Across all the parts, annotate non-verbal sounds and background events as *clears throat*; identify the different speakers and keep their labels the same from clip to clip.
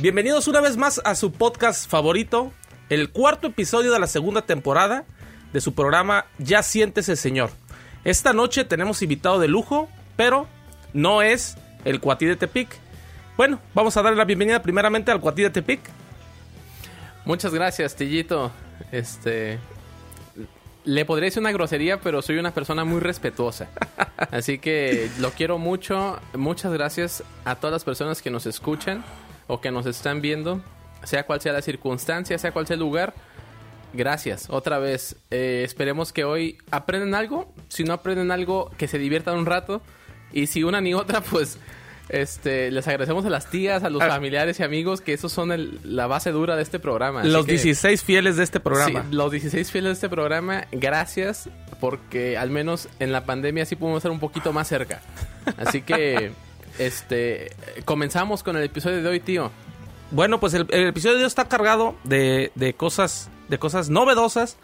Speaker 1: Bienvenidos una vez más a su podcast favorito, el cuarto episodio de la segunda temporada de su programa Ya siéntese señor. Esta noche tenemos invitado de lujo, pero no es el cuatí de Tepic. Bueno, vamos a darle la bienvenida primeramente al cuatí de Tepic.
Speaker 2: Muchas gracias, Tillito. Este. Le podría decir una grosería, pero soy una persona
Speaker 1: *laughs*
Speaker 2: muy respetuosa. Así que lo quiero mucho. Muchas gracias a todas las personas que nos escuchan o que nos están viendo, sea cual sea la circunstancia, sea cual sea el lugar. Gracias, otra vez. Eh, esperemos que hoy aprendan algo. Si no aprenden algo, que se diviertan un rato. Y si una ni otra, pues este, les agradecemos a las tías, a los
Speaker 1: Ah.
Speaker 2: familiares y amigos, que esos son el- la base dura de este programa. Así
Speaker 1: Los
Speaker 2: que-
Speaker 1: 16 fieles de este programa.
Speaker 2: Sí, los 16 fieles de este programa, gracias, porque al menos en la pandemia sí pudimos estar un poquito más cerca. Así que, este, comenzamos con el episodio de hoy, tío.
Speaker 1: Bueno, pues el, el episodio de hoy está cargado de, de cosas de cosas novedosas,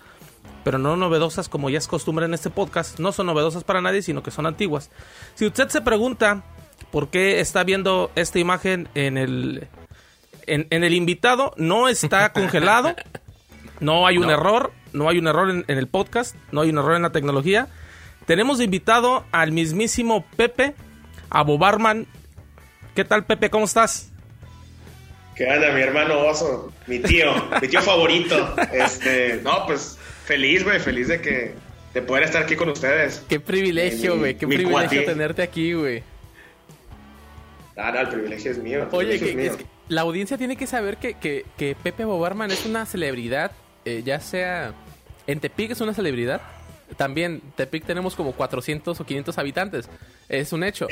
Speaker 1: pero no novedosas como ya es costumbre en este podcast. No son novedosas para nadie, sino que son antiguas. Si usted se pregunta por qué está viendo esta imagen en el en, en el invitado, no está congelado, no hay un
Speaker 2: No.
Speaker 1: error, no hay un error en, en el podcast, no hay un error en la tecnología. Tenemos de invitado al mismísimo Pepe Abobarman. ¿Qué tal, Pepe? ¿Cómo estás?
Speaker 3: ¿Qué onda, mi hermano oso? Mi tío, mi tío favorito. Este, no, pues feliz, güey, feliz de que de poder estar aquí con ustedes.
Speaker 2: Qué privilegio,
Speaker 3: Mi-
Speaker 2: güey, qué
Speaker 3: mi
Speaker 2: privilegio
Speaker 3: cuate.
Speaker 2: tenerte aquí, güey.
Speaker 3: Ah, no, el privilegio es mío. el
Speaker 2: Oye,
Speaker 3: privilegio
Speaker 2: que-
Speaker 3: es mío.
Speaker 2: es que la audiencia tiene que saber que, que- que Pepe Bobarman es una celebridad, eh, ya sea en Tepic es una celebridad. También, Tepic tenemos como 400 o 500 habitantes. Es un hecho.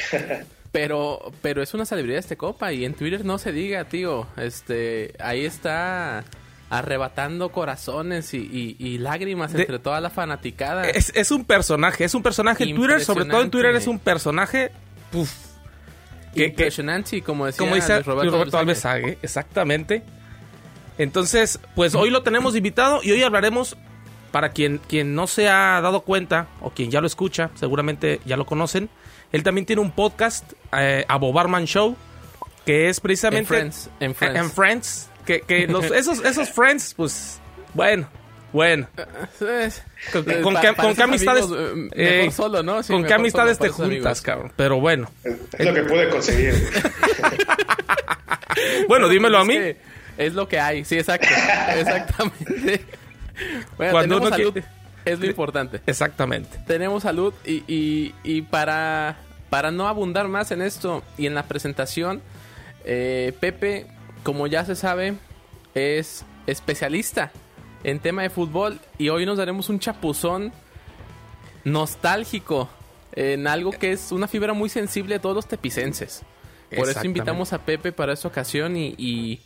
Speaker 2: Pero, pero es una celebridad este copa y en Twitter no se diga, tío. Este, ahí está arrebatando corazones y, y- y lágrimas
Speaker 1: De-
Speaker 2: entre toda la fanaticada.
Speaker 1: Es, es un personaje, es un personaje en Twitter, sobre todo en Twitter es un personaje. puf, que- que-
Speaker 2: Impresionante, y como decía
Speaker 1: como dice
Speaker 2: Luis Roberto,
Speaker 1: Roberto
Speaker 2: Alves
Speaker 1: Alves Sague, exactamente. Entonces, pues hoy lo tenemos invitado y hoy hablaremos para quien, quien no se ha dado cuenta o quien ya lo escucha, seguramente ya lo conocen. Él también tiene un podcast, eh, Abobarman Show, que es
Speaker 2: En
Speaker 1: precisamente
Speaker 2: Friends, en Friends.
Speaker 1: en Friends, que, que
Speaker 2: *laughs*
Speaker 1: los- esos, esos Friends, pues, bueno, bueno.
Speaker 2: Con,
Speaker 1: que- con que- con qué amistades- eh,
Speaker 2: solo, ¿no? Sí,
Speaker 1: ¿Con qué
Speaker 2: mejor
Speaker 1: amistades
Speaker 2: solo,
Speaker 1: te
Speaker 2: para esos
Speaker 1: juntas,
Speaker 2: amigos.
Speaker 1: cabrón? Pero bueno.
Speaker 3: Es lo que pude conseguir.
Speaker 1: Bueno, dímelo a
Speaker 2: Es
Speaker 1: mí.
Speaker 2: que Es lo que hay, sí, exacto. *laughs* Exactamente. Bueno,
Speaker 1: Cuando
Speaker 2: tenemos
Speaker 1: uno
Speaker 2: salud.
Speaker 1: quiere-
Speaker 2: Es lo importante.
Speaker 1: Exactamente.
Speaker 2: Tenemos salud y, y- y para, para no abundar más en esto y en la presentación, eh, Pepe, como ya se sabe, es especialista en tema de fútbol y hoy nos daremos un chapuzón nostálgico en algo que es una fibra muy sensible de todos los tepicenses. Por eso
Speaker 1: Exactamente.
Speaker 2: invitamos a Pepe para esta ocasión y, y,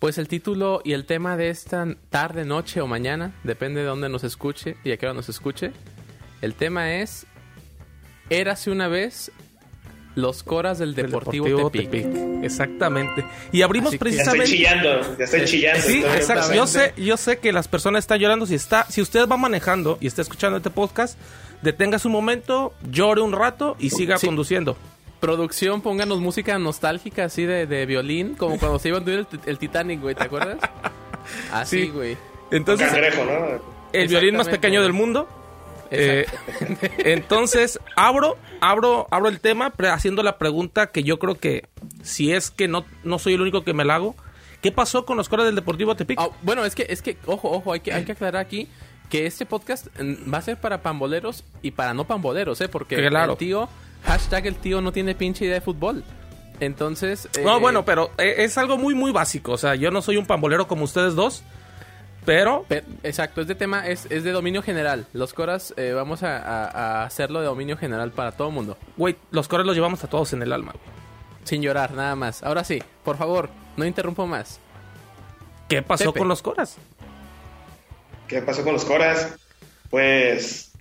Speaker 2: pues el título y el tema de esta tarde, noche o mañana, depende de dónde nos escuche y a qué hora nos escuche. El tema es Érase una vez los coras del
Speaker 1: Del
Speaker 2: Deportivo, Tepic.
Speaker 1: Exactamente. Y abrimos
Speaker 2: Así que-
Speaker 3: Ya estoy
Speaker 1: precisamente.
Speaker 3: chillando, ya estoy chillando.
Speaker 1: Sí,
Speaker 3: estoy-
Speaker 1: exacto. Yo sé,
Speaker 2: Exactamente.
Speaker 1: yo sé que las personas están llorando. Si está, si usted va manejando y está escuchando este podcast, deténgase un momento, llore un rato y siga
Speaker 2: Sí.
Speaker 1: conduciendo.
Speaker 2: Producción, pónganos música nostálgica así de, de violín, como cuando se iba a hundir el, tit- el Titanic, güey, ¿te
Speaker 1: *laughs*
Speaker 2: acuerdas? Así,
Speaker 1: Sí.
Speaker 2: güey.
Speaker 1: Entonces,
Speaker 3: Cangrejo, ¿no?
Speaker 1: el violín más
Speaker 2: Exactamente.
Speaker 1: pequeño del mundo. Eh,
Speaker 2: Exacto.
Speaker 1: *laughs*
Speaker 2: *laughs*
Speaker 1: entonces, abro, abro, abro el tema pre- haciendo la pregunta que yo creo que, si es que no, no soy el único que me la hago, ¿qué pasó con los coras del Deportivo Tepic?
Speaker 2: Ah, bueno, es que, es que, ojo, ojo, hay que, hay que aclarar aquí que este podcast mm, va a ser para pamboleros y para no pamboleros, ¿eh? Porque
Speaker 1: Claro.
Speaker 2: el tío, hashtag el tío no tiene pinche idea de fútbol. Entonces...
Speaker 1: No,
Speaker 2: eh,
Speaker 1: bueno, pero eh, es algo muy, muy básico. O sea, yo no soy un pambolero como ustedes dos, pero
Speaker 2: Pe- Exacto, este tema es, es de dominio general. Los coras eh, vamos a, a- a hacerlo de dominio general para todo el mundo.
Speaker 1: Güey, los coros los llevamos a todos en el alma. güey.
Speaker 2: Sin llorar, nada más. Ahora sí, por favor, no interrumpo más.
Speaker 1: ¿Qué pasó
Speaker 2: Pepe.
Speaker 1: con los coras?
Speaker 3: ¿Qué pasó con los coras? Pues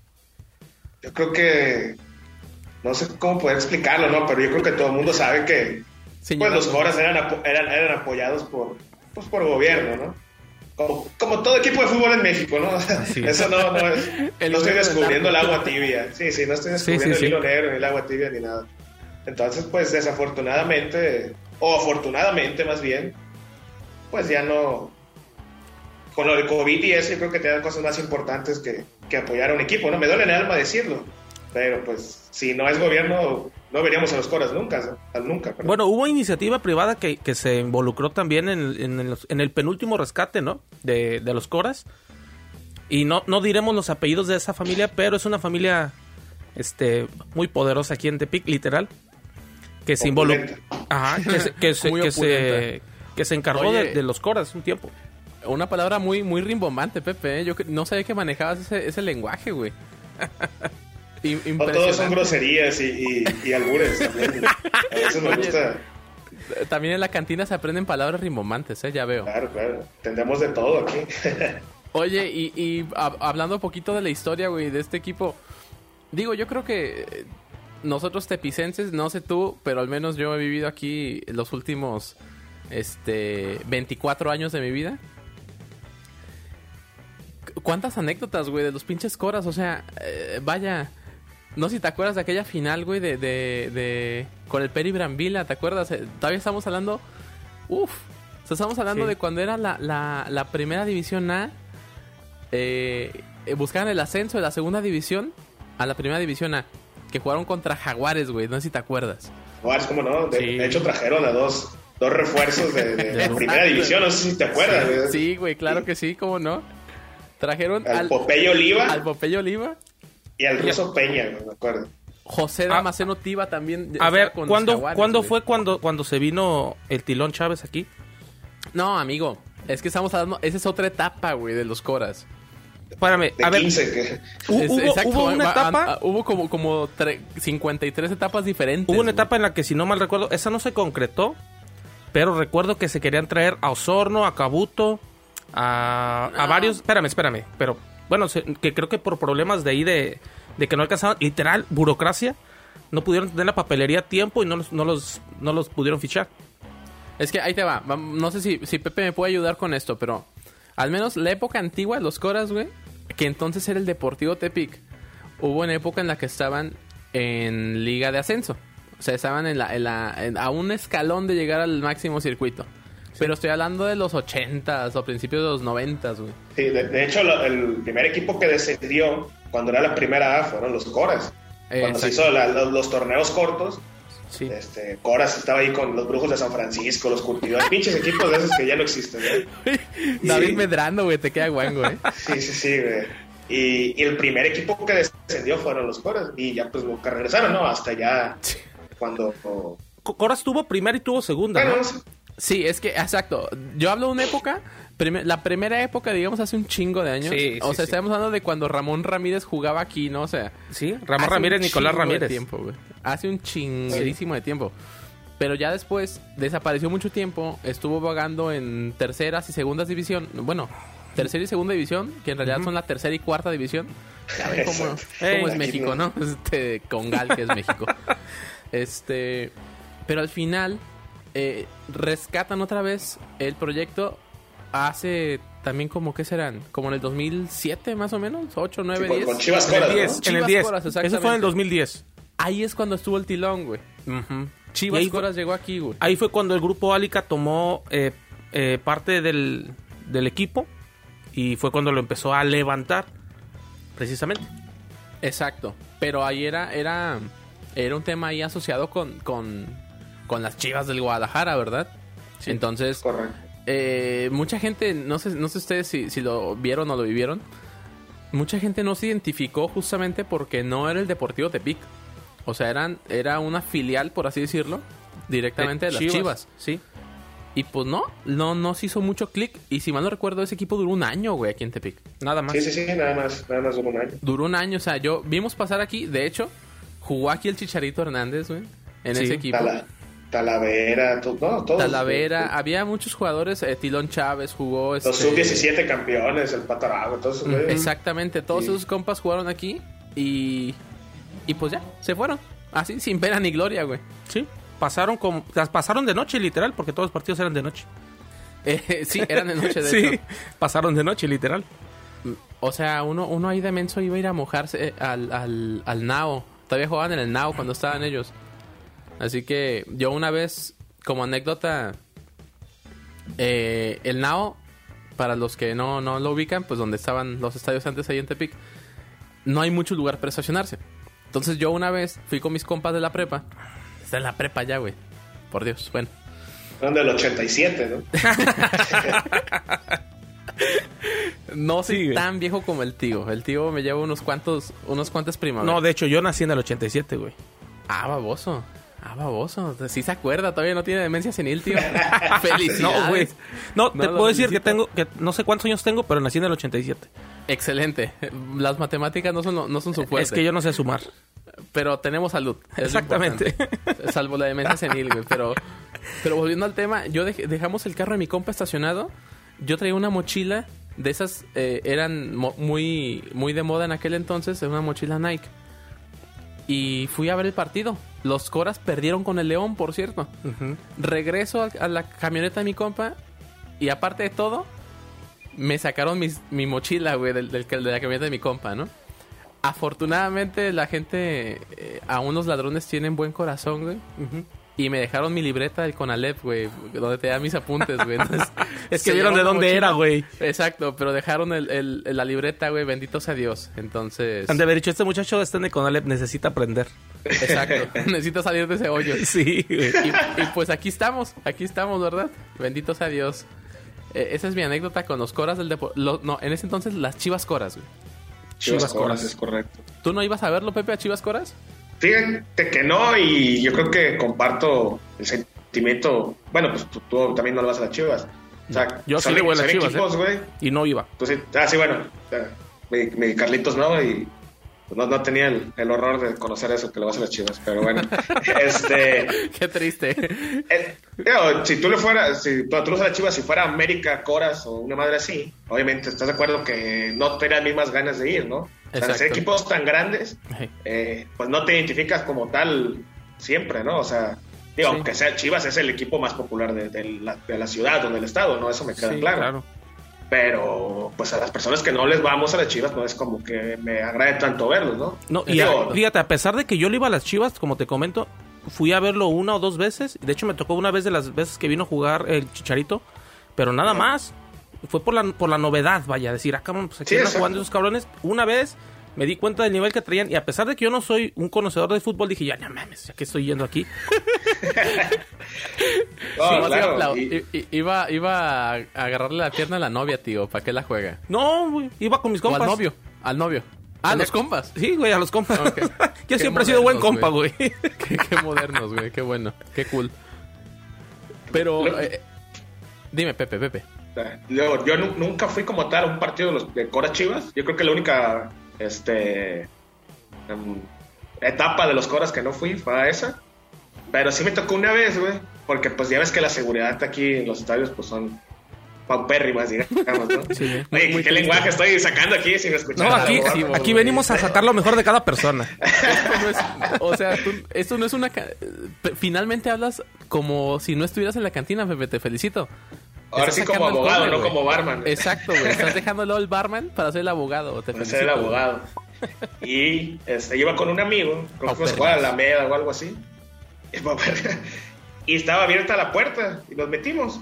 Speaker 3: yo creo que no sé cómo poder explicarlo, ¿no? Pero yo creo que todo el mundo sabe que
Speaker 2: Sin
Speaker 3: Pues
Speaker 2: llorar.
Speaker 3: los coras eran, apo- eran, eran apoyados por, pues por gobierno, ¿no? Como, como todo equipo de fútbol en México, ¿no? *laughs*
Speaker 1: Así es.
Speaker 3: Eso no, no es.
Speaker 2: El
Speaker 3: no
Speaker 2: gobierno
Speaker 3: estoy
Speaker 2: del
Speaker 3: descubriendo el
Speaker 2: narco.
Speaker 3: agua tibia. Sí, sí, no estoy
Speaker 1: Sí,
Speaker 3: descubriendo
Speaker 1: sí, sí.
Speaker 3: el hilo negro, ni el agua tibia, ni nada. Entonces, pues desafortunadamente, o afortunadamente más bien, pues ya no. Con lo del COVID y eso, yo creo que te dan cosas más importantes que, que apoyar a un equipo, ¿no? Me duele en el alma decirlo, pero pues si no es gobierno, no veríamos a los coras nunca, ¿no? nunca. perdón.
Speaker 1: Bueno, hubo iniciativa privada que, que se involucró también en, en el, en el penúltimo rescate, ¿no? De, de los coras. Y no, no diremos los apellidos de esa familia, pero es una familia este, muy poderosa aquí en Tepic, literal. Que se involucró.
Speaker 3: Opulenta.
Speaker 1: Ajá, que se, que se,
Speaker 2: *laughs* Muy
Speaker 1: que se-
Speaker 2: opulenta.
Speaker 1: que se encargó
Speaker 2: Oye.
Speaker 1: de, de los coras un tiempo.
Speaker 2: Una palabra muy, muy rimbombante, Pepe. ¿eh? Yo que- no sabía que manejabas ese, ese lenguaje, güey. *laughs* Im-
Speaker 3: No todos son
Speaker 2: Impresionante.
Speaker 3: groserías y, y, y albures también. A veces me
Speaker 2: Oye.
Speaker 3: gusta.
Speaker 2: También en la cantina se aprenden palabras rimbombantes, ¿eh? Ya veo.
Speaker 3: Claro, claro. Tendremos de todo aquí.
Speaker 2: Oye, y, y hab- hablando un poquito de la historia, güey, de este equipo. Digo, yo creo que eh, nosotros tepicenses, no sé tú, pero al menos yo he vivido aquí los últimos este 24 años de mi vida. Cu- ¿Cuántas anécdotas, güey, de los pinches coras? O sea, eh, vaya. No sé si te acuerdas de aquella final, güey, de, de, de- con el Peri Brambila, ¿te acuerdas? Eh, Todavía estamos hablando... Uf. O sea, estamos hablando
Speaker 1: Sí.
Speaker 2: de cuando era la, la, la primera división A. Eh, eh, buscaban el ascenso de la segunda división a la primera división A. Que jugaron contra Jaguares, güey. No sé si te acuerdas.
Speaker 3: Juárez, ¿cómo no? De,
Speaker 2: Sí.
Speaker 3: de hecho, trajeron a dos, dos refuerzos de, de
Speaker 2: De los
Speaker 3: primera
Speaker 2: Astros.
Speaker 3: división. No sé si te acuerdas. ¿verdad?
Speaker 2: Sí, güey, claro que sí, cómo no. Trajeron
Speaker 3: Al
Speaker 2: al,
Speaker 3: Popeye Oliva
Speaker 2: al Popeye Oliva.
Speaker 3: y al Ruso Peña, güey, me acuerdo.
Speaker 2: José
Speaker 1: Ah.
Speaker 2: Damasceno Tiva también.
Speaker 1: A
Speaker 2: estaba
Speaker 1: ver,
Speaker 2: con
Speaker 1: ¿cuándo,
Speaker 2: Jaguares,
Speaker 1: ¿cuándo
Speaker 2: güey.
Speaker 1: fue cuando, cuando se vino el Tilón Chávez aquí?
Speaker 2: No, amigo. Es que estamos hablando. Esa es otra etapa, güey, de los Coras.
Speaker 1: Espérame,
Speaker 3: De
Speaker 1: a ver,
Speaker 3: 15. Que,
Speaker 1: hu-
Speaker 2: Es-
Speaker 1: hubo,
Speaker 2: exacto,
Speaker 1: hubo una
Speaker 2: va-
Speaker 1: etapa...
Speaker 2: ah, hubo como, como tre- 53 etapas diferentes.
Speaker 1: Hubo una
Speaker 2: güey.
Speaker 1: etapa en la que, si no mal recuerdo, esa no se concretó, pero recuerdo que se querían traer a Osorno, a Cabuto, a, a
Speaker 2: No.
Speaker 1: varios. Espérame, espérame. Pero bueno, se- que creo que por problemas de ahí de, de que no alcanzaban, literal, burocracia, no pudieron tener la papelería a tiempo y no los, no los, no los pudieron fichar.
Speaker 2: Es que ahí te va. vam- No sé si, si Pepe me puede ayudar con esto, pero al menos la época antigua de los Coras, güey, que entonces era el Deportivo Tepic, hubo una época en la que estaban en Liga de Ascenso. O sea, estaban en la, en la- en- a un escalón de llegar al máximo circuito. Pero estoy hablando de los 80s o principios de los 90s, güey.
Speaker 3: sí, de, de hecho, lo- el primer equipo que descendió cuando era la primera A fueron los Coras.
Speaker 2: Eh,
Speaker 3: Cuando se
Speaker 2: exacto.
Speaker 3: hizo la- los, los torneos cortos,
Speaker 2: Sí.
Speaker 3: este, Coras estaba ahí con los brujos de San Francisco, los curtidores, pinches equipos de esos que ya no existen. ¿no?
Speaker 2: David
Speaker 3: Sí.
Speaker 2: Medrano, güey, te queda guango, eh.
Speaker 3: Sí, sí, sí, güey. Y, y el primer equipo que descendió fueron los Coras. Y ya pues nunca regresaron, ¿no? Hasta ya cuando... o-
Speaker 1: Co- Coras tuvo primera y tuvo segunda.
Speaker 3: Bueno,
Speaker 1: ¿no?
Speaker 3: no sé.
Speaker 2: Sí, es que, exacto. Yo hablo de una época, prime- la primera época, digamos, hace un chingo de años.
Speaker 1: Sí,
Speaker 2: o
Speaker 1: sí,
Speaker 2: sea,
Speaker 1: sí.
Speaker 2: estamos hablando de cuando Ramón Ramírez jugaba aquí, ¿no? O sea,
Speaker 1: Sí, Ramón
Speaker 2: hace un
Speaker 1: Ramírez, Nicolás
Speaker 2: chingo de
Speaker 1: Ramírez.
Speaker 2: tiempo, güey. hace un chinguerísimo de tiempo. Pero ya después desapareció mucho tiempo, estuvo vagando en terceras y segundas división. Bueno, tercera y segunda división, que en realidad son la tercera y cuarta división. Ya ven cómo,
Speaker 3: Exacto.
Speaker 2: cómo es
Speaker 1: Ey.
Speaker 2: México, ¿no? *laughs* Este, Congal, que es
Speaker 1: *laughs*
Speaker 2: México. Este, pero al final eh, rescatan otra vez el proyecto hace también como que serán, como en el 2007 más o menos, 8, 9,
Speaker 3: Sí, con-
Speaker 2: 10.
Speaker 3: con Chivas
Speaker 1: En el
Speaker 3: Coras, ¿no?
Speaker 1: 10, en el
Speaker 2: Chivas
Speaker 1: 10.
Speaker 2: Coras,
Speaker 1: Eso fue en el
Speaker 2: exactamente.
Speaker 1: 2010.
Speaker 2: Ahí es cuando estuvo el tilón, güey.
Speaker 1: Y
Speaker 2: Chivas
Speaker 1: ahí fue-
Speaker 2: Coras llegó aquí, güey.
Speaker 1: Ahí fue cuando el grupo Álica tomó eh, eh, parte del, del equipo y fue cuando lo empezó a levantar, precisamente.
Speaker 2: Ah, Exacto. Pero ahí era, era, era un tema ahí asociado con, con, con las Chivas del Guadalajara, ¿verdad? Entonces,
Speaker 3: Correcto.
Speaker 2: eh, mucha gente, no sé, no sé ustedes si, si lo vieron o lo vivieron, mucha gente no se identificó justamente porque no era el Deportivo Tepic. O sea, eran, era una filial, por así decirlo, directamente de, las Chivas.
Speaker 1: Sí.
Speaker 2: Y pues no, no, no se hizo mucho clic. Y si mal no recuerdo, ese equipo duró un año, güey, aquí en Tepic.
Speaker 1: Nada más.
Speaker 3: Sí, sí, sí, nada más, nada más duró un año.
Speaker 2: Duró un año, o sea, yo vimos pasar aquí, de hecho, jugó aquí el Chicharito Hernández, güey, en
Speaker 1: Sí.
Speaker 2: ese equipo.
Speaker 1: pues-
Speaker 3: Tala- Talavera, to- no, todos.
Speaker 2: Talavera,
Speaker 1: ah,
Speaker 2: había muchos jugadores, eh, Tilón Chávez jugó
Speaker 3: Los
Speaker 2: este,
Speaker 3: sub-17 campeones, el Patarabo, todos esos güeyes.
Speaker 2: Exactamente, todos
Speaker 3: Sí.
Speaker 2: sus compas jugaron aquí y y pues ya, se fueron. Así, sin pena ni gloria, güey. *laughs*
Speaker 1: Sí. Pasaron como, las pasaron de noche, literal, porque todos los partidos eran de noche.
Speaker 2: Eh, sí, eran de noche
Speaker 1: *laughs*
Speaker 2: de
Speaker 1: sí.
Speaker 2: hecho.
Speaker 1: Pasaron de noche, literal.
Speaker 2: O sea, uno, uno ahí de menso iba a ir a mojarse eh, al, al, al Nao. Todavía jugaban en el Nao cuando estaban ellos. Así que yo una vez, como anécdota, eh, el Nao, para los que no, no lo ubican, pues donde estaban los estadios antes ahí en Tepic, no hay mucho lugar para estacionarse. Entonces yo una vez fui con mis compas de la prepa. Está en la prepa ya, güey. Por Dios, bueno.
Speaker 3: Fueron del 87, ¿no?
Speaker 2: No soy
Speaker 1: Sí, güey.
Speaker 2: tan viejo como el tío. El tío me lleva unos cuantos, unos cuantos primaveras.
Speaker 1: No, de hecho, yo nací en el 87, güey.
Speaker 2: Ah, baboso. Ah, baboso. Sí se acuerda, todavía no tiene demencia senil,
Speaker 1: *laughs*
Speaker 2: tío. Felicidades.
Speaker 1: No, güey. No,
Speaker 2: No,
Speaker 1: te
Speaker 2: lo
Speaker 1: puedo decir que
Speaker 2: felicito.
Speaker 1: tengo, que no sé cuántos años tengo, pero nací en el 87.
Speaker 2: Excelente. Las matemáticas no son, lo- no son su fuerte.
Speaker 1: Es que yo no sé sumar.
Speaker 2: Pero tenemos salud. es lo
Speaker 1: Exactamente.
Speaker 2: importante. Salvo la demencia senil, güey. Pero, pero volviendo al tema, yo dej- dejamos el carro de mi compa estacionado. Yo traía una mochila. De esas eh, eran mo- muy, muy de moda en aquel entonces. Era una mochila Nike. Y fui a ver el partido. Los Coras perdieron con el León, por cierto. Regreso al- a, la camioneta de mi compa. Y aparte de todo, me sacaron mis- mi mochila, güey, del- del- de la camioneta de mi compa, ¿no? Afortunadamente, la gente, eh, aún los ladrones tienen buen corazón, güey. Y me dejaron mi libreta del Conalep, güey, donde te da mis apuntes, güey. Entonces,
Speaker 1: *laughs* Es
Speaker 2: se
Speaker 1: que vieron de
Speaker 2: llevaron
Speaker 1: dónde
Speaker 2: mi
Speaker 1: era,
Speaker 2: mochila.
Speaker 1: güey.
Speaker 2: Exacto, pero dejaron el- el- la libreta, güey, bendito sea Dios. Entonces,
Speaker 1: Han de haber dicho, este muchacho de Stanley Conalep necesita aprender. *laughs*
Speaker 2: exacto, *laughs* necesito salir de ese hoyo.
Speaker 1: Sí, güey.
Speaker 2: y, y pues aquí estamos, aquí estamos, ¿verdad? Bendito sea Dios. Eh, esa es mi anécdota con los coras del deporte. No, en ese entonces las chivas coras, güey.
Speaker 1: *laughs* Chivas
Speaker 3: Chivas Coras
Speaker 1: Coras.
Speaker 3: es correcto.
Speaker 2: ¿Tú no ibas a verlo, Pepe, a chivas coras?
Speaker 3: Fíjate que no, y yo creo que comparto el sentimiento. Bueno, pues tú, tú también no le vas a las chivas. O sea,
Speaker 1: Yo sí
Speaker 3: son-
Speaker 1: le voy a las
Speaker 3: son
Speaker 1: Chivas, ¿eh?
Speaker 3: equipos, güey.
Speaker 1: Y no iba.
Speaker 3: Pues sí, ah, sí, bueno. o sea, Mi, mi Carlitos no, y pues, no, no tenía el, el horror de conocer eso, que le vas a las chivas. Pero
Speaker 1: *laughs*
Speaker 3: bueno, este.
Speaker 2: *laughs* Qué triste. *laughs*
Speaker 3: eh, digo, si tú le fueras, si tú, tú le vas a las chivas, si fuera América, Coras o una madre así, obviamente estás de acuerdo que no te las mismas ganas de ir, ¿no? O sea,
Speaker 2: Exacto.
Speaker 3: hacer equipos tan grandes, eh, pues no te identificas como tal siempre, ¿no? O sea, digo,
Speaker 2: Sí.
Speaker 3: aunque sea Chivas, es el equipo más popular de, de la, de la ciudad o del estado, ¿no? Eso me queda
Speaker 2: Sí,
Speaker 3: claro. Pero, pues a las personas que no les vamos a las Chivas, no es como que me agrade tanto verlos, ¿no?
Speaker 1: No, y
Speaker 3: Digo,
Speaker 1: a- fíjate, a pesar de que yo le iba a las Chivas, como te comento, fui a verlo una o dos veces. De hecho, me tocó una vez de las veces que vino a jugar el Chicharito, pero nada más. Fue por la, por la novedad, vaya, decir, ah, cabrón, pues aquí
Speaker 3: Sí,
Speaker 1: andan
Speaker 3: exacto.
Speaker 1: jugando esos cabrones. Una vez me di cuenta del nivel que traían, y a pesar de que yo no soy un conocedor de fútbol, dije, ya, no mames, ya que estoy yendo aquí.
Speaker 3: no,
Speaker 2: Sí, más bien
Speaker 3: claro,
Speaker 2: aplau-
Speaker 3: y-
Speaker 2: i- i- Iba, iba a agarrarle la pierna a la novia, tío, para que la juega.
Speaker 1: No, güey, iba con mis
Speaker 2: O
Speaker 1: compas.
Speaker 2: al novio, al novio. Ah, los compas. *laughs*
Speaker 1: Sí, güey, a los compas. *laughs*
Speaker 2: Ok.
Speaker 1: yo
Speaker 2: Qué
Speaker 1: siempre he sido buen
Speaker 2: modernos,
Speaker 1: compa, güey.
Speaker 2: qué, qué modernos, güey, qué bueno, qué cool. Pero,
Speaker 3: Lo-
Speaker 2: eh, dime, Pepe, Pepe.
Speaker 3: Yo, yo nu- nunca fui como tal a un partido de, los, de Cora Chivas. Yo creo que la única este, em, etapa de los Coras que no fui fue a esa. Pero sí me tocó una vez, güey. Porque pues ya ves que la seguridad aquí en los estadios pues son paupérrimas, digamos, ¿no?
Speaker 1: Sí.
Speaker 3: Oye,
Speaker 2: Muy
Speaker 3: ¿qué
Speaker 2: triste.
Speaker 3: lenguaje estoy sacando aquí sin escuchar?
Speaker 1: No,
Speaker 3: a la
Speaker 1: aquí,
Speaker 3: abogada,
Speaker 2: Agresivo,
Speaker 1: aquí
Speaker 2: güey.
Speaker 1: venimos a sacar lo mejor de cada persona.
Speaker 2: Esto no es, o sea, tú- esto no es una... ca- pe- Finalmente hablas como si no estuvieras en la cantina, Pepe, te felicito.
Speaker 3: Ahora
Speaker 2: Estás
Speaker 3: sí como
Speaker 2: sacando el
Speaker 3: abogado,
Speaker 2: cobre,
Speaker 3: no
Speaker 2: güey.
Speaker 3: como barman. güey.
Speaker 2: Exacto, güey. Estás dejando al lado el barman para ser el abogado. Te
Speaker 3: Para
Speaker 2: felicito,
Speaker 3: ser el
Speaker 2: güey.
Speaker 3: abogado. Y este, iba con un amigo, creo que fuimos a
Speaker 2: Paupérrimas.
Speaker 3: jugar a la Alameda o algo así. Y *laughs* paupérrimas. Y estaba abierta la puerta y nos metimos.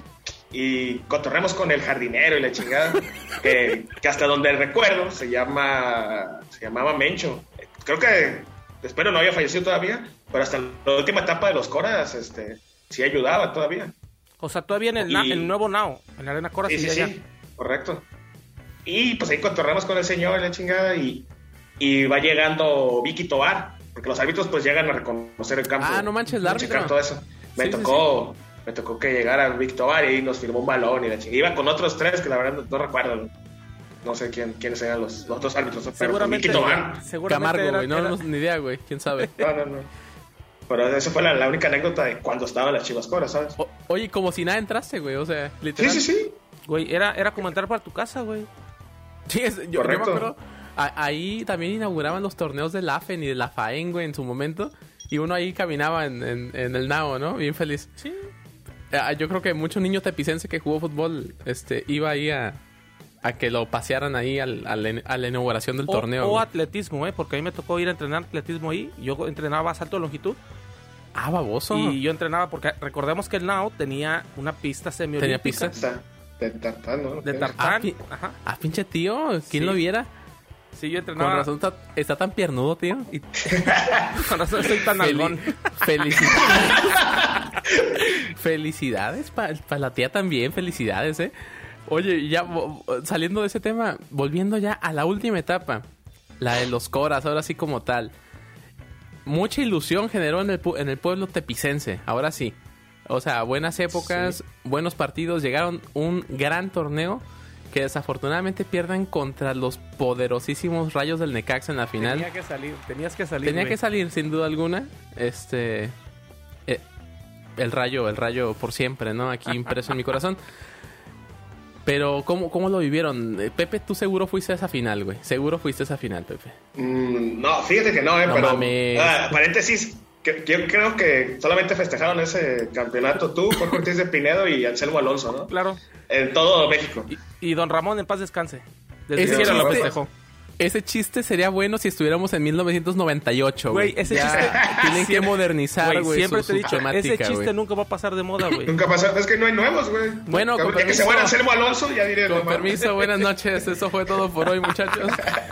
Speaker 3: Y cotorremos con el jardinero y
Speaker 2: *laughs*
Speaker 3: la chingada. que, que hasta donde recuerdo se llama se llamaba Mencho. Creo que, espero no había fallecido todavía, pero hasta la última etapa de los Coras este, sí ayudaba todavía.
Speaker 1: O sea, todavía en el, na-
Speaker 3: Y-
Speaker 1: el nuevo Nao, en la Arena Cora,
Speaker 3: Sí,
Speaker 1: sí,
Speaker 3: sí,
Speaker 1: ya, ya.
Speaker 3: sí, correcto. Y pues ahí cotorramos con el señor, la chingada, y, y va llegando Vicky Tobar, porque los árbitros pues llegan a reconocer el campo.
Speaker 2: Ah, no manches, el
Speaker 3: a
Speaker 2: árbitro.
Speaker 3: checar todo eso. Me
Speaker 2: Sí, sí,
Speaker 3: tocó, me tocó que llegara Vicky Tobar y nos firmó un balón y la chingada. Iba con otros tres que la verdad no, no recuerdo. No sé quién, quiénes eran los, los dos árbitros, pero
Speaker 1: Seguramente,
Speaker 3: Vicky Tobar.
Speaker 1: seguramente
Speaker 2: Camargo,
Speaker 1: era-
Speaker 2: güey. No,
Speaker 1: era-
Speaker 2: no, ni idea, güey. ¿Quién sabe?
Speaker 3: No, no, no. Pero esa fue la, la única anécdota de cuando estaban las Chivas Coras, ¿sabes?
Speaker 2: O- oye, como si nada entraste, güey. O sea,
Speaker 3: Sí,
Speaker 2: literal.
Speaker 3: sí, sí.
Speaker 1: Güey, era, era como entrar para tu casa, güey.
Speaker 2: Sí, es- yo- yo, me
Speaker 3: Correcto.
Speaker 2: acuerdo. a- ahí también inauguraban los torneos de la AFEN y de la FAEN, güey, en su momento. Y uno ahí caminaba en, en- en el nao, ¿no? Bien feliz.
Speaker 1: Sí.
Speaker 2: Ah, Yo creo que mucho niño tepicense que jugó fútbol este, iba ahí a, a que lo pasearan ahí al- al en- a la inauguración del
Speaker 1: O,
Speaker 2: torneo.
Speaker 1: o
Speaker 2: güey.
Speaker 1: atletismo, eh, porque a mí me tocó ir a entrenar atletismo ahí. Yo entrenaba salto de longitud.
Speaker 2: Ah, baboso.
Speaker 1: Y yo entrenaba porque recordemos que el Now tenía una pista semiolímpica.
Speaker 2: ¿Tenía pista?
Speaker 3: Está- De tartán, ¿no?
Speaker 1: De
Speaker 2: Ah,
Speaker 1: tartán.
Speaker 2: pi-
Speaker 1: Ajá.
Speaker 2: Ah, pinche tío. ¿Quién
Speaker 1: Sí.
Speaker 2: lo viera?
Speaker 1: Sí, yo
Speaker 2: Con
Speaker 1: entrenaba.
Speaker 2: razón está, está tan piernudo, tío.
Speaker 1: Y- con razón soy tan algón.
Speaker 2: *laughs* felicidades. felicidades para la tía también, felicidades, eh. Oye, ya vo- vo- saliendo de ese tema, volviendo ya a la última etapa, la de los coras, ahora sí como tal. Mucha ilusión generó en el, pu- en el pueblo tepicense, ahora sí. O sea, buenas épocas, buenos partidos, llegaron un gran torneo que desafortunadamente pierden contra los poderosísimos rayos del Necaxa en la final.
Speaker 1: Tenía que salir, tenías que salir.
Speaker 2: Tenía
Speaker 1: güey.
Speaker 2: que salir, sin duda alguna. Este. eh, el rayo, el rayo por siempre, ¿no? Aquí impreso en mi corazón. Pero, ¿cómo, ¿cómo lo vivieron? Eh, Pepe, tú seguro fuiste a esa final, güey. Seguro fuiste a esa final, Pepe.
Speaker 3: Mm, no, fíjate que no, eh,
Speaker 2: No
Speaker 3: pero.
Speaker 2: mames.
Speaker 3: Ah, paréntesis, que, que yo creo que solamente festejaron ese campeonato tú, Jorge Ortiz de Pinedo y Anselmo Alonso, ¿no?
Speaker 1: Claro.
Speaker 3: En todo México.
Speaker 1: Y, y don Ramón, en paz descanse. Desde
Speaker 2: Ese
Speaker 1: que era lo
Speaker 2: chiste-
Speaker 1: festejó.
Speaker 2: Ese chiste sería bueno si estuviéramos en 1998, güey.
Speaker 1: Güey, ese
Speaker 2: Ya
Speaker 1: chiste-
Speaker 2: *laughs* Tienen
Speaker 1: *laughs*
Speaker 2: que modernizar,
Speaker 1: Güey,
Speaker 2: güey.
Speaker 1: siempre
Speaker 2: su-
Speaker 1: te he
Speaker 2: su
Speaker 1: dicho, ese
Speaker 2: temática,
Speaker 1: chiste
Speaker 2: güey.
Speaker 1: nunca va a pasar de moda,
Speaker 2: *laughs*
Speaker 1: güey.
Speaker 3: Nunca pasó. Es que no hay nuevos, güey.
Speaker 2: Bueno,
Speaker 3: Ya
Speaker 2: con
Speaker 3: que se
Speaker 2: permiso.
Speaker 3: muera Anselmo Alonso, ya diré. no
Speaker 2: Con
Speaker 3: mames.
Speaker 2: permiso, buenas noches. Eso fue todo por hoy, muchachos.
Speaker 1: *laughs*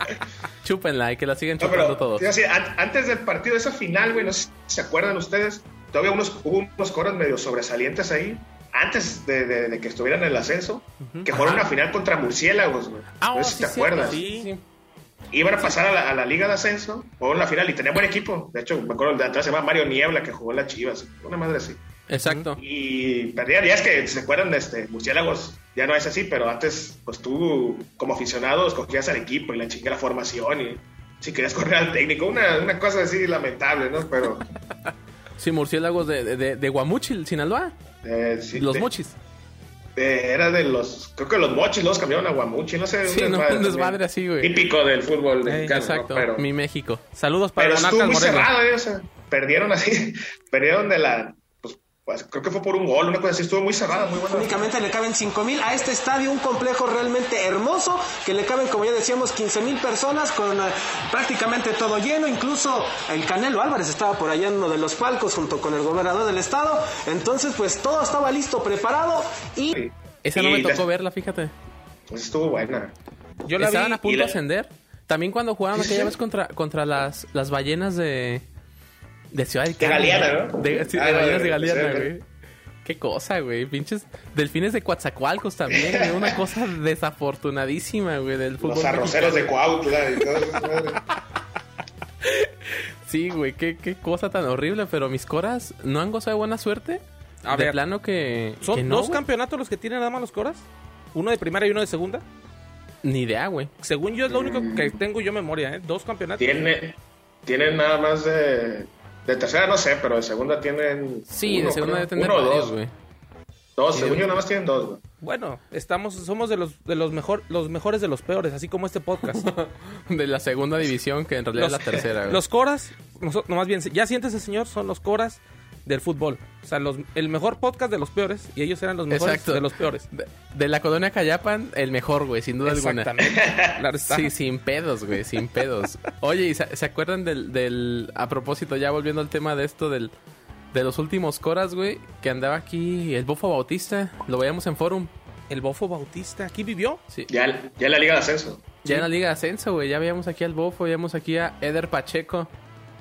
Speaker 2: Chúpenla y que la siguen
Speaker 3: No,
Speaker 2: chupando
Speaker 3: Ah, pero,
Speaker 2: todos.
Speaker 3: yo sí, an- antes del partido, esa final, güey, no sé si se acuerdan ustedes, todavía unos, hubo unos coros medio sobresalientes ahí, antes de, de- de que estuvieran en el ascenso, que fueron una final contra murciélagos, güey.
Speaker 1: pues,
Speaker 3: no sé si
Speaker 2: Ah, oh, sí,
Speaker 3: te
Speaker 2: cierto,
Speaker 3: acuerdas.
Speaker 2: sí, sí.
Speaker 3: Iban a pasar a la, a la liga de ascenso, fueron la final y tenían buen equipo. De hecho, me acuerdo el de atrás se llama Mario Niebla, que jugó en las Chivas, una madre así.
Speaker 2: Exacto.
Speaker 3: Y perdían, ya es que se acuerdan, este, murciélagos ya no es así, pero antes, pues tú como aficionado escogías al equipo y la chingue la formación y si querías correr al técnico, una, una cosa así lamentable, ¿no? Pero
Speaker 2: Sí, murciélagos de, de, de- de Guamuchil, Sinaloa.
Speaker 3: eh, sí,
Speaker 2: los
Speaker 3: de-
Speaker 2: mochis.
Speaker 3: de- era de los, creo que los mochis, los cambiaron a Guamuchi, no sé.
Speaker 2: Sí, no, un desmadre
Speaker 3: también.
Speaker 2: así, güey.
Speaker 3: Típico del fútbol
Speaker 1: Eh,
Speaker 3: mexicano, ¿no?
Speaker 2: Exacto,
Speaker 3: Pero-
Speaker 2: mi México.
Speaker 1: Saludos para
Speaker 3: Pero
Speaker 1: Monarcas
Speaker 3: estuvo muy
Speaker 1: Morelos.
Speaker 3: cerrado, eh, o sea, perdieron así, *laughs* perdieron de la, pues, pues, creo que fue por un gol, una cosa así, estuvo muy cerrada, muy buena.
Speaker 4: Únicamente le caben 5 mil a este estadio, un complejo realmente hermoso, que le caben, como ya decíamos, 15 mil personas con eh, prácticamente todo lleno. Incluso el Canelo Álvarez estaba por allá en uno de los palcos junto con el gobernador del estado. Entonces, pues todo estaba listo, preparado y...
Speaker 3: Sí.
Speaker 2: Esa no
Speaker 3: Y
Speaker 2: me
Speaker 3: la-
Speaker 2: tocó verla, fíjate.
Speaker 3: pues, estuvo buena.
Speaker 1: Yo la vi.
Speaker 2: Estaban a punto
Speaker 3: y la-
Speaker 2: de ascender. También cuando jugaron
Speaker 3: Sí, sí,
Speaker 2: aquella
Speaker 3: sí.
Speaker 2: vez contra, contra las, las ballenas de, de Ciudad del
Speaker 3: De Galeana, ¿no?
Speaker 2: De, sí, de
Speaker 3: Ah, no,
Speaker 2: ballenas
Speaker 3: de-
Speaker 2: de Galeana,
Speaker 3: sí, sí.
Speaker 2: güey. Qué cosa, güey. Pinches delfines de Coatzacoalcos también, güey. Una cosa desafortunadísima, güey, del fútbol.
Speaker 3: Los arroceros de
Speaker 2: mexicano.
Speaker 3: Cuautla y todo eso. madre.
Speaker 2: *laughs* Sí, güey, qué, qué cosa tan horrible. Pero mis coras no han gozado de buena suerte.
Speaker 1: A
Speaker 2: de
Speaker 1: ver.
Speaker 2: plano que.
Speaker 1: ¿Son
Speaker 2: que no,
Speaker 1: dos
Speaker 2: güey.
Speaker 1: campeonatos los que tienen nada más los coras? Uno de primera y uno de segunda.
Speaker 2: Ni idea, güey.
Speaker 1: Según yo es lo único que tengo yo memoria, ¿eh? Dos campeonatos.
Speaker 3: Tiene, tienen nada más de. De tercera no sé, pero de segunda tienen.
Speaker 2: Sí,
Speaker 3: uno,
Speaker 2: de segunda debe
Speaker 3: creo.
Speaker 2: tener
Speaker 3: Uno o
Speaker 2: varios,
Speaker 3: dos,
Speaker 2: güey.
Speaker 3: Dos,
Speaker 2: Sí,
Speaker 3: según
Speaker 2: de-
Speaker 3: yo nada más tienen dos, güey.
Speaker 1: Bueno, estamos, somos de los de los mejor, los mejores de los peores, así como este
Speaker 2: *laughs*
Speaker 1: podcast.
Speaker 2: De la segunda división, que en realidad
Speaker 1: los,
Speaker 2: es la tercera, güey.
Speaker 1: los coras, noso- no más bien, ya siéntese señor, son los coras del fútbol. O sea, los- el mejor podcast de los peores y ellos eran los mejores
Speaker 2: Exacto.
Speaker 1: de los peores.
Speaker 2: De, de la colonia Cayapan, el mejor, güey, sin duda alguna.
Speaker 1: Exactamente. Claro está.
Speaker 2: *laughs* Sí, sin pedos, güey, sin pedos. Oye, ¿y se, se acuerdan del, del- A propósito, ya volviendo al tema de esto del... De los últimos coras, güey, que andaba aquí el Bofo Bautista. Lo veíamos en Forum.
Speaker 1: El Bofo Bautista, ¿aquí vivió?
Speaker 2: Sí.
Speaker 3: Ya, ya en la Liga de Ascenso.
Speaker 2: Ya en la Liga de Ascenso, güey. Ya veíamos aquí al Bofo, veíamos aquí a Eder Pacheco.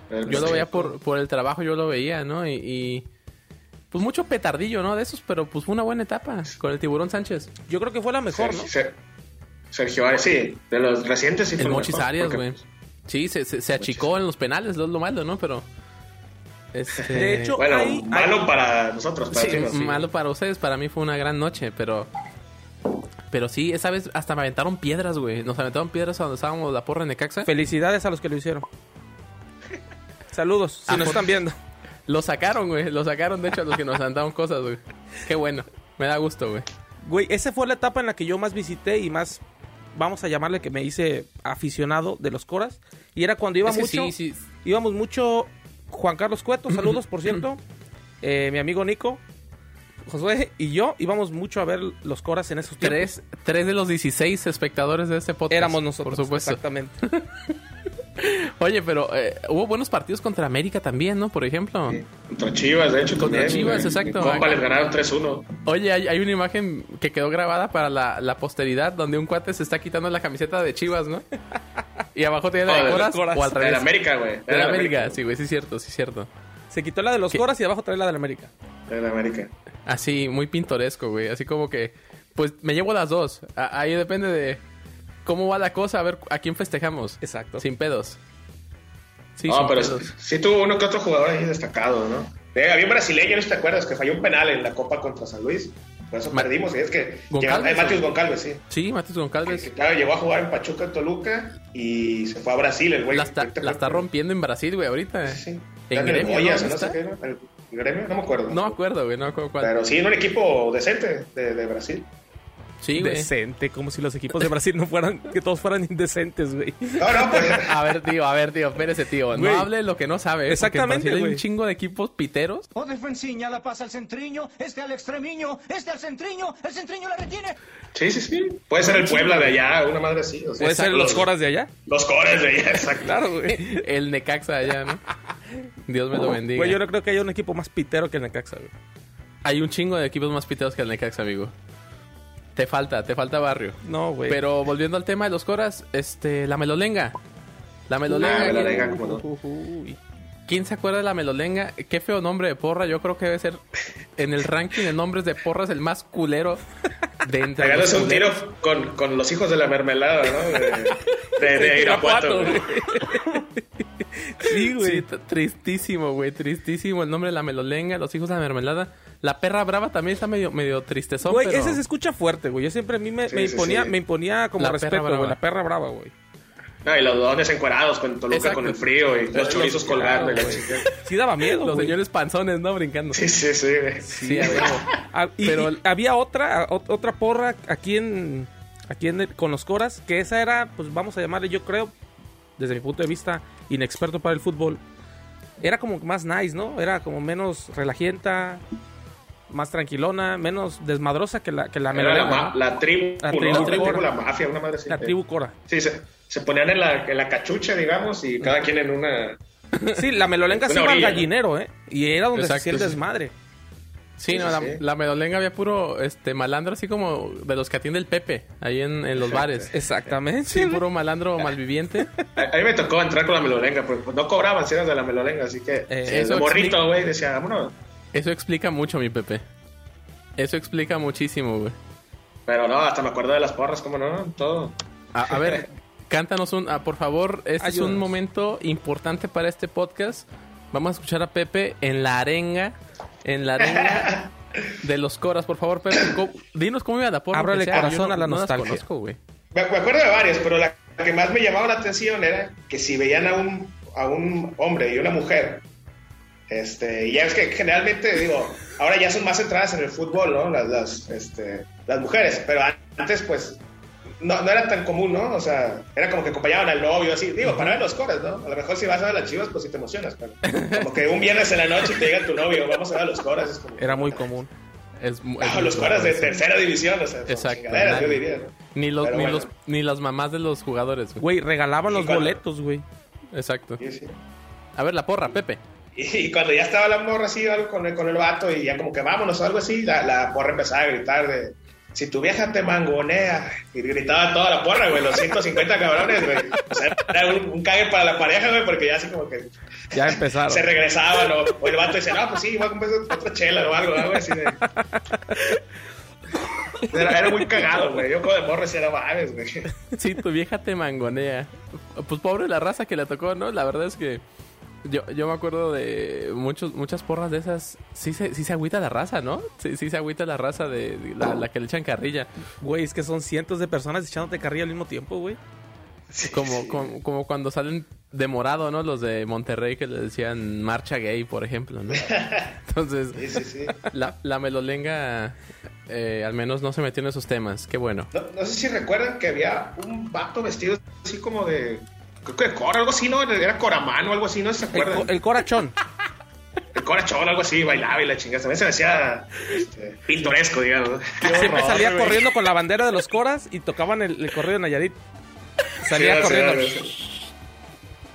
Speaker 3: El-
Speaker 2: Yo lo veía por, por el trabajo, yo lo veía, ¿no? Y, y, Pues mucho petardillo, ¿no? De esos, pero pues fue una buena etapa con el Tiburón Sánchez.
Speaker 1: Yo creo que fue la mejor, ¿no?
Speaker 3: Sergio- Ser- Sergio Arias, sí, de los recientes sí fue
Speaker 2: El
Speaker 3: lo
Speaker 2: Mochis
Speaker 3: mejor,
Speaker 2: Arias,
Speaker 3: porque-
Speaker 2: güey. Sí, se, se, se achicó en los penales, lo, lo malo, ¿no? Pero. este,
Speaker 1: De hecho,
Speaker 3: *laughs* Bueno,
Speaker 1: ahí-
Speaker 3: malo
Speaker 1: ahí-
Speaker 3: para nosotros, para
Speaker 2: sí,
Speaker 3: ti, no, sí.
Speaker 2: malo para ustedes, para mí fue una gran noche, pero. Pero sí, esa vez hasta me aventaron piedras, güey. Nos aventaron piedras a donde estábamos la porra en Necaxa.
Speaker 1: Felicidades a los que lo hicieron. Saludos, si
Speaker 2: Ah,
Speaker 1: nos
Speaker 2: por-
Speaker 1: están viendo.
Speaker 2: Lo sacaron, güey. Lo sacaron, de hecho, a los que nos aventaron cosas, güey. Qué bueno. Me da gusto, güey.
Speaker 1: Güey, esa fue la etapa en la que yo más visité y más, vamos a llamarle que me hice aficionado de los coras. Y era cuando iba
Speaker 2: Es que
Speaker 1: mucho,
Speaker 2: sí, sí.
Speaker 1: íbamos mucho Juan Carlos Cueto, saludos por cierto, eh, mi amigo Nico, Josué y yo íbamos mucho a ver los coras en esos tiempos.
Speaker 2: Tres, tres de los 16 espectadores de este podcast.
Speaker 1: Éramos nosotros,
Speaker 2: Por supuesto.
Speaker 1: exactamente.
Speaker 2: Oye, pero eh, hubo buenos partidos contra América también, ¿no? Por ejemplo.
Speaker 3: Contra Chivas, de hecho,
Speaker 2: Contra
Speaker 3: también,
Speaker 2: Chivas,
Speaker 3: güey.
Speaker 2: exacto.
Speaker 3: Copa les ganaron 3-1.
Speaker 2: Oye, hay, hay una imagen que quedó grabada para la, la posteridad donde un cuate se está quitando la camiseta de Chivas, ¿no? y abajo tiene la
Speaker 3: Oh,
Speaker 2: de
Speaker 3: de
Speaker 2: Coras
Speaker 1: Coras.
Speaker 2: o al
Speaker 3: Era de
Speaker 2: revés.
Speaker 3: América, güey.
Speaker 2: De
Speaker 3: Era
Speaker 2: la América, sí, güey, sí es cierto, sí es cierto.
Speaker 1: Se quitó la de los
Speaker 2: ¿Qué?
Speaker 1: Coras y abajo trae la de la América.
Speaker 3: Era de América.
Speaker 2: Así, muy pintoresco, güey. Así como que, pues me llevo las dos. A- ahí depende de cómo va la cosa, a ver a quién festejamos.
Speaker 1: Exacto.
Speaker 2: Sin pedos. Sí,
Speaker 3: No,
Speaker 2: sin
Speaker 3: pero
Speaker 2: pedos.
Speaker 3: sí, sí tuvo uno que otro jugador ahí destacado, ¿no? Eh, había un brasileño, ¿no te acuerdas? Que falló un penal en la Copa contra San Luis. Por eso
Speaker 2: Ma-
Speaker 3: perdimos. y es que.
Speaker 2: Goncalves,
Speaker 3: llegó- eh, Matius
Speaker 2: ¿no?
Speaker 3: Goncalves, sí.
Speaker 2: Sí, Matos
Speaker 3: Que,
Speaker 2: Goncalves
Speaker 3: claro, llegó a jugar en Pachuca, en Toluca y se fue a Brasil el güey.
Speaker 2: la está, la está rompiendo en Brasil, güey, ahorita.
Speaker 3: Sí.
Speaker 2: En
Speaker 3: Está
Speaker 2: gremio,
Speaker 3: Goyas,
Speaker 2: ¿no?
Speaker 3: no sé
Speaker 2: ¿Está?
Speaker 3: qué, ¿no? El- el gremio, no me acuerdo.
Speaker 2: No me acuerdo, güey, no me acuerdo cuál.
Speaker 3: Pero sí, en un equipo decente de, de Brasil.
Speaker 2: Sí, güey.
Speaker 1: Decente, como si los equipos de Brasil no fueran, que todos fueran indecentes, güey.
Speaker 3: No, no, pues.
Speaker 2: A ver, tío, a ver, tío, espérese, tío. No
Speaker 1: Güey.
Speaker 2: hable lo que no sabe. ¿eh? Porque en
Speaker 1: Exactamente,
Speaker 2: Brasil Hay
Speaker 1: güey.
Speaker 2: un chingo de equipos piteros.
Speaker 5: O Oh, defensiña, la pasa al centriño, este al extremiño, este al centriño, el centriño la retiene.
Speaker 3: sí, sí, sí. Puede ser el Puebla de allá, una madre así. o sea,
Speaker 1: Puede ser
Speaker 2: Exacto.
Speaker 1: los Coras de allá.
Speaker 3: Los cores de allá, exacto.
Speaker 1: Claro, *laughs* güey.
Speaker 2: El Necaxa allá, ¿no? Dios me lo bendiga.
Speaker 1: Güey, yo no creo que haya un equipo más pitero que el Necaxa, güey.
Speaker 2: Hay un chingo de equipos más piteros que el Necaxa, amigo. Te falta, te falta barrio.
Speaker 1: No, güey.
Speaker 2: Pero volviendo al tema de los coras, este, la melolenga. La melolenga.
Speaker 3: Ah, me la
Speaker 2: ¿quién-
Speaker 3: dejan como no.
Speaker 1: Ujujuy.
Speaker 2: ¿Quién se acuerda de la melolenga? Qué feo nombre de porra. Yo creo que debe ser en el ranking de nombres de porras el más culero de entre
Speaker 3: Pegándose
Speaker 2: los
Speaker 3: un tiro
Speaker 2: culeros.
Speaker 3: con, con los hijos de la mermelada, ¿no? De, de, de Irapuato. güey.
Speaker 1: Sí, güey.
Speaker 2: Sí, t- tristísimo, güey, tristísimo. El nombre de la melolenga, los hijos de la mermelada. La perra brava también está medio, medio tristezón,
Speaker 1: Güey,
Speaker 2: pero...
Speaker 1: ese se escucha fuerte, güey. Yo siempre a mí me,
Speaker 3: Sí,
Speaker 1: me
Speaker 3: sí,
Speaker 1: imponía,
Speaker 3: sí.
Speaker 1: me imponía como
Speaker 2: La perra
Speaker 1: respeto,
Speaker 2: brava.
Speaker 1: güey. La perra brava, güey.
Speaker 3: No, y los dones encuerados con Toluca
Speaker 2: Exacto.
Speaker 3: con el frío y los chorizos colgando. y la chingada.
Speaker 1: Sí daba miedo,
Speaker 2: Los
Speaker 1: güey.
Speaker 2: señores panzones, ¿no? Brincando.
Speaker 3: sí, sí, sí. güey.
Speaker 2: Sí, a huevo.
Speaker 1: Ah, y-
Speaker 2: Pero-
Speaker 1: y había otra, o- otra porra aquí en, aquí en el- con los Coras, que esa era, pues vamos a llamarle, yo creo, desde mi punto de vista, inexperto para el fútbol. Era como más nice, ¿no? Era como menos relajienta, más tranquilona, menos desmadrosa que la, que la
Speaker 3: Era la,
Speaker 1: melodía,
Speaker 3: ma- eh.
Speaker 1: ¿no?
Speaker 3: la tribu,
Speaker 1: La
Speaker 3: la
Speaker 1: tribu,
Speaker 3: tribu, ¿no? La tribu,
Speaker 1: tribu.
Speaker 3: la mafia, una madre así.
Speaker 1: La tribu Cora.
Speaker 3: Sí, se, se ponían en la, en la cachucha, digamos, y cada quien en una...
Speaker 1: Sí, la melolenga se
Speaker 3: Una
Speaker 1: iba al
Speaker 3: orilla, ¿no?
Speaker 1: gallinero, ¿eh? Y era donde
Speaker 2: Exacto,
Speaker 1: se hacía el
Speaker 2: sí.
Speaker 1: desmadre.
Speaker 2: Sí,
Speaker 3: Sí,
Speaker 2: no,
Speaker 3: sí,
Speaker 2: la,
Speaker 3: sí.
Speaker 2: la medolenga había puro este malandro así como de los que atiende el Pepe ahí en, en los bares.
Speaker 1: Exactamente.
Speaker 2: Sí, puro malandro malviviente.
Speaker 3: A, a mí me tocó entrar con la melolenga, porque pues, no cobraban si eras de la melolenga, así que...
Speaker 1: eso
Speaker 3: el
Speaker 2: explica-
Speaker 3: morrito, güey, decía, vámonos.
Speaker 2: Eso explica mucho, mi Pepe. Eso explica muchísimo, güey.
Speaker 3: Pero no, hasta me acuerdo de las porras, cómo no, todo.
Speaker 2: A, a ver, cántanos un... ah, por favor, este es un
Speaker 1: Ayúdanos.
Speaker 2: momento importante para este podcast. Vamos a escuchar a Pepe en la arenga, en la arenga de los coras. Por favor, Pepe, ¿cómo- dinos cómo iba la porra.
Speaker 1: Ábrale
Speaker 2: aunque sea,
Speaker 1: corazón
Speaker 2: yo
Speaker 1: a la nostalgia.
Speaker 2: conozco, güey.
Speaker 3: Me, me acuerdo de varias, pero la que más me llamaba la atención era que si veían a un, a un hombre y una mujer, este, y ya es que generalmente, digo, ahora ya son más centradas en el fútbol, ¿no? Las, las, este, las mujeres, pero antes, pues, no, no era tan común, ¿no? O sea, era como que acompañaban al novio, así, digo, para ver los coras, ¿no? A lo mejor si vas a ver las chivas, pues sí te emocionas, pero como que un viernes en la noche te llega tu novio, vamos a ver a los coras, es como.
Speaker 1: Era muy común.
Speaker 2: Es mu- es
Speaker 3: Ah,
Speaker 2: muy
Speaker 3: los coras de
Speaker 2: bueno, sí.
Speaker 3: tercera división, o sea, son
Speaker 2: Exacto.
Speaker 3: chingaderas, yo diría, ¿no?
Speaker 2: Ni, los,
Speaker 3: Pero
Speaker 2: ni,
Speaker 3: bueno.
Speaker 2: los, ni las mamás de los jugadores, güey.
Speaker 1: Güey, regalaban
Speaker 3: ¿Y
Speaker 1: los
Speaker 3: cuál?
Speaker 1: boletos, güey.
Speaker 2: Exacto.
Speaker 3: Sí, sí.
Speaker 2: A ver, la porra, Pepe.
Speaker 3: Y, y cuando ya estaba la morra así algo con el, con el vato y ya como que vámonos o algo así, la, la porra empezaba a gritar de si tu vieja te mangonea y gritaba toda la porra, güey, los 150 cabrones, güey. O sea, era un, un cague para la pareja, güey, porque ya así como que
Speaker 1: Ya empezaron.
Speaker 3: *laughs* se regresaban o, o el vato dice, no, pues sí, voy a comprar otra chela o algo, ¿no, güey, así de... Era, era muy cagado, güey. Yo como de morra sí era mames, güey.
Speaker 2: Sí, tu vieja te mangonea. Pues pobre la raza que le tocó, ¿no? La verdad es que yo, yo me acuerdo de muchos, muchas porras de esas. Sí se, sí se agüita la raza, ¿no? Sí, sí se agüita la raza de, de la, la que le echan carrilla.
Speaker 1: Güey, es que son cientos de personas echándote carrilla al mismo tiempo, güey.
Speaker 3: Sí,
Speaker 2: Como,
Speaker 3: sí.
Speaker 2: como, como cuando salen de morado, ¿no? Los de Monterrey que le decían marcha gay, por ejemplo,
Speaker 3: *laughs*
Speaker 2: ¿no? Entonces,
Speaker 3: Sí, sí, sí.
Speaker 2: la, la melolenga eh, al menos no se metió en esos temas. Qué bueno.
Speaker 3: No, no sé si recuerdan que había un vato vestido así como de. Creo que de cora, algo así, ¿no? Era coramano, algo así, ¿no? ¿Se
Speaker 1: El,
Speaker 3: acuerdan?
Speaker 1: co-
Speaker 3: El,
Speaker 1: el *laughs* corachón.
Speaker 3: corachón, algo así, bailaba y la chingada. También se me hacía este, pintoresco, digamos.
Speaker 1: Siempre
Speaker 3: horror,
Speaker 1: salía
Speaker 3: güey.
Speaker 1: corriendo con la bandera de los coras y tocaban el, el corrido de Nayarit.
Speaker 3: Sí,
Speaker 1: Salía
Speaker 3: o sea,
Speaker 1: corriendo.
Speaker 3: sí.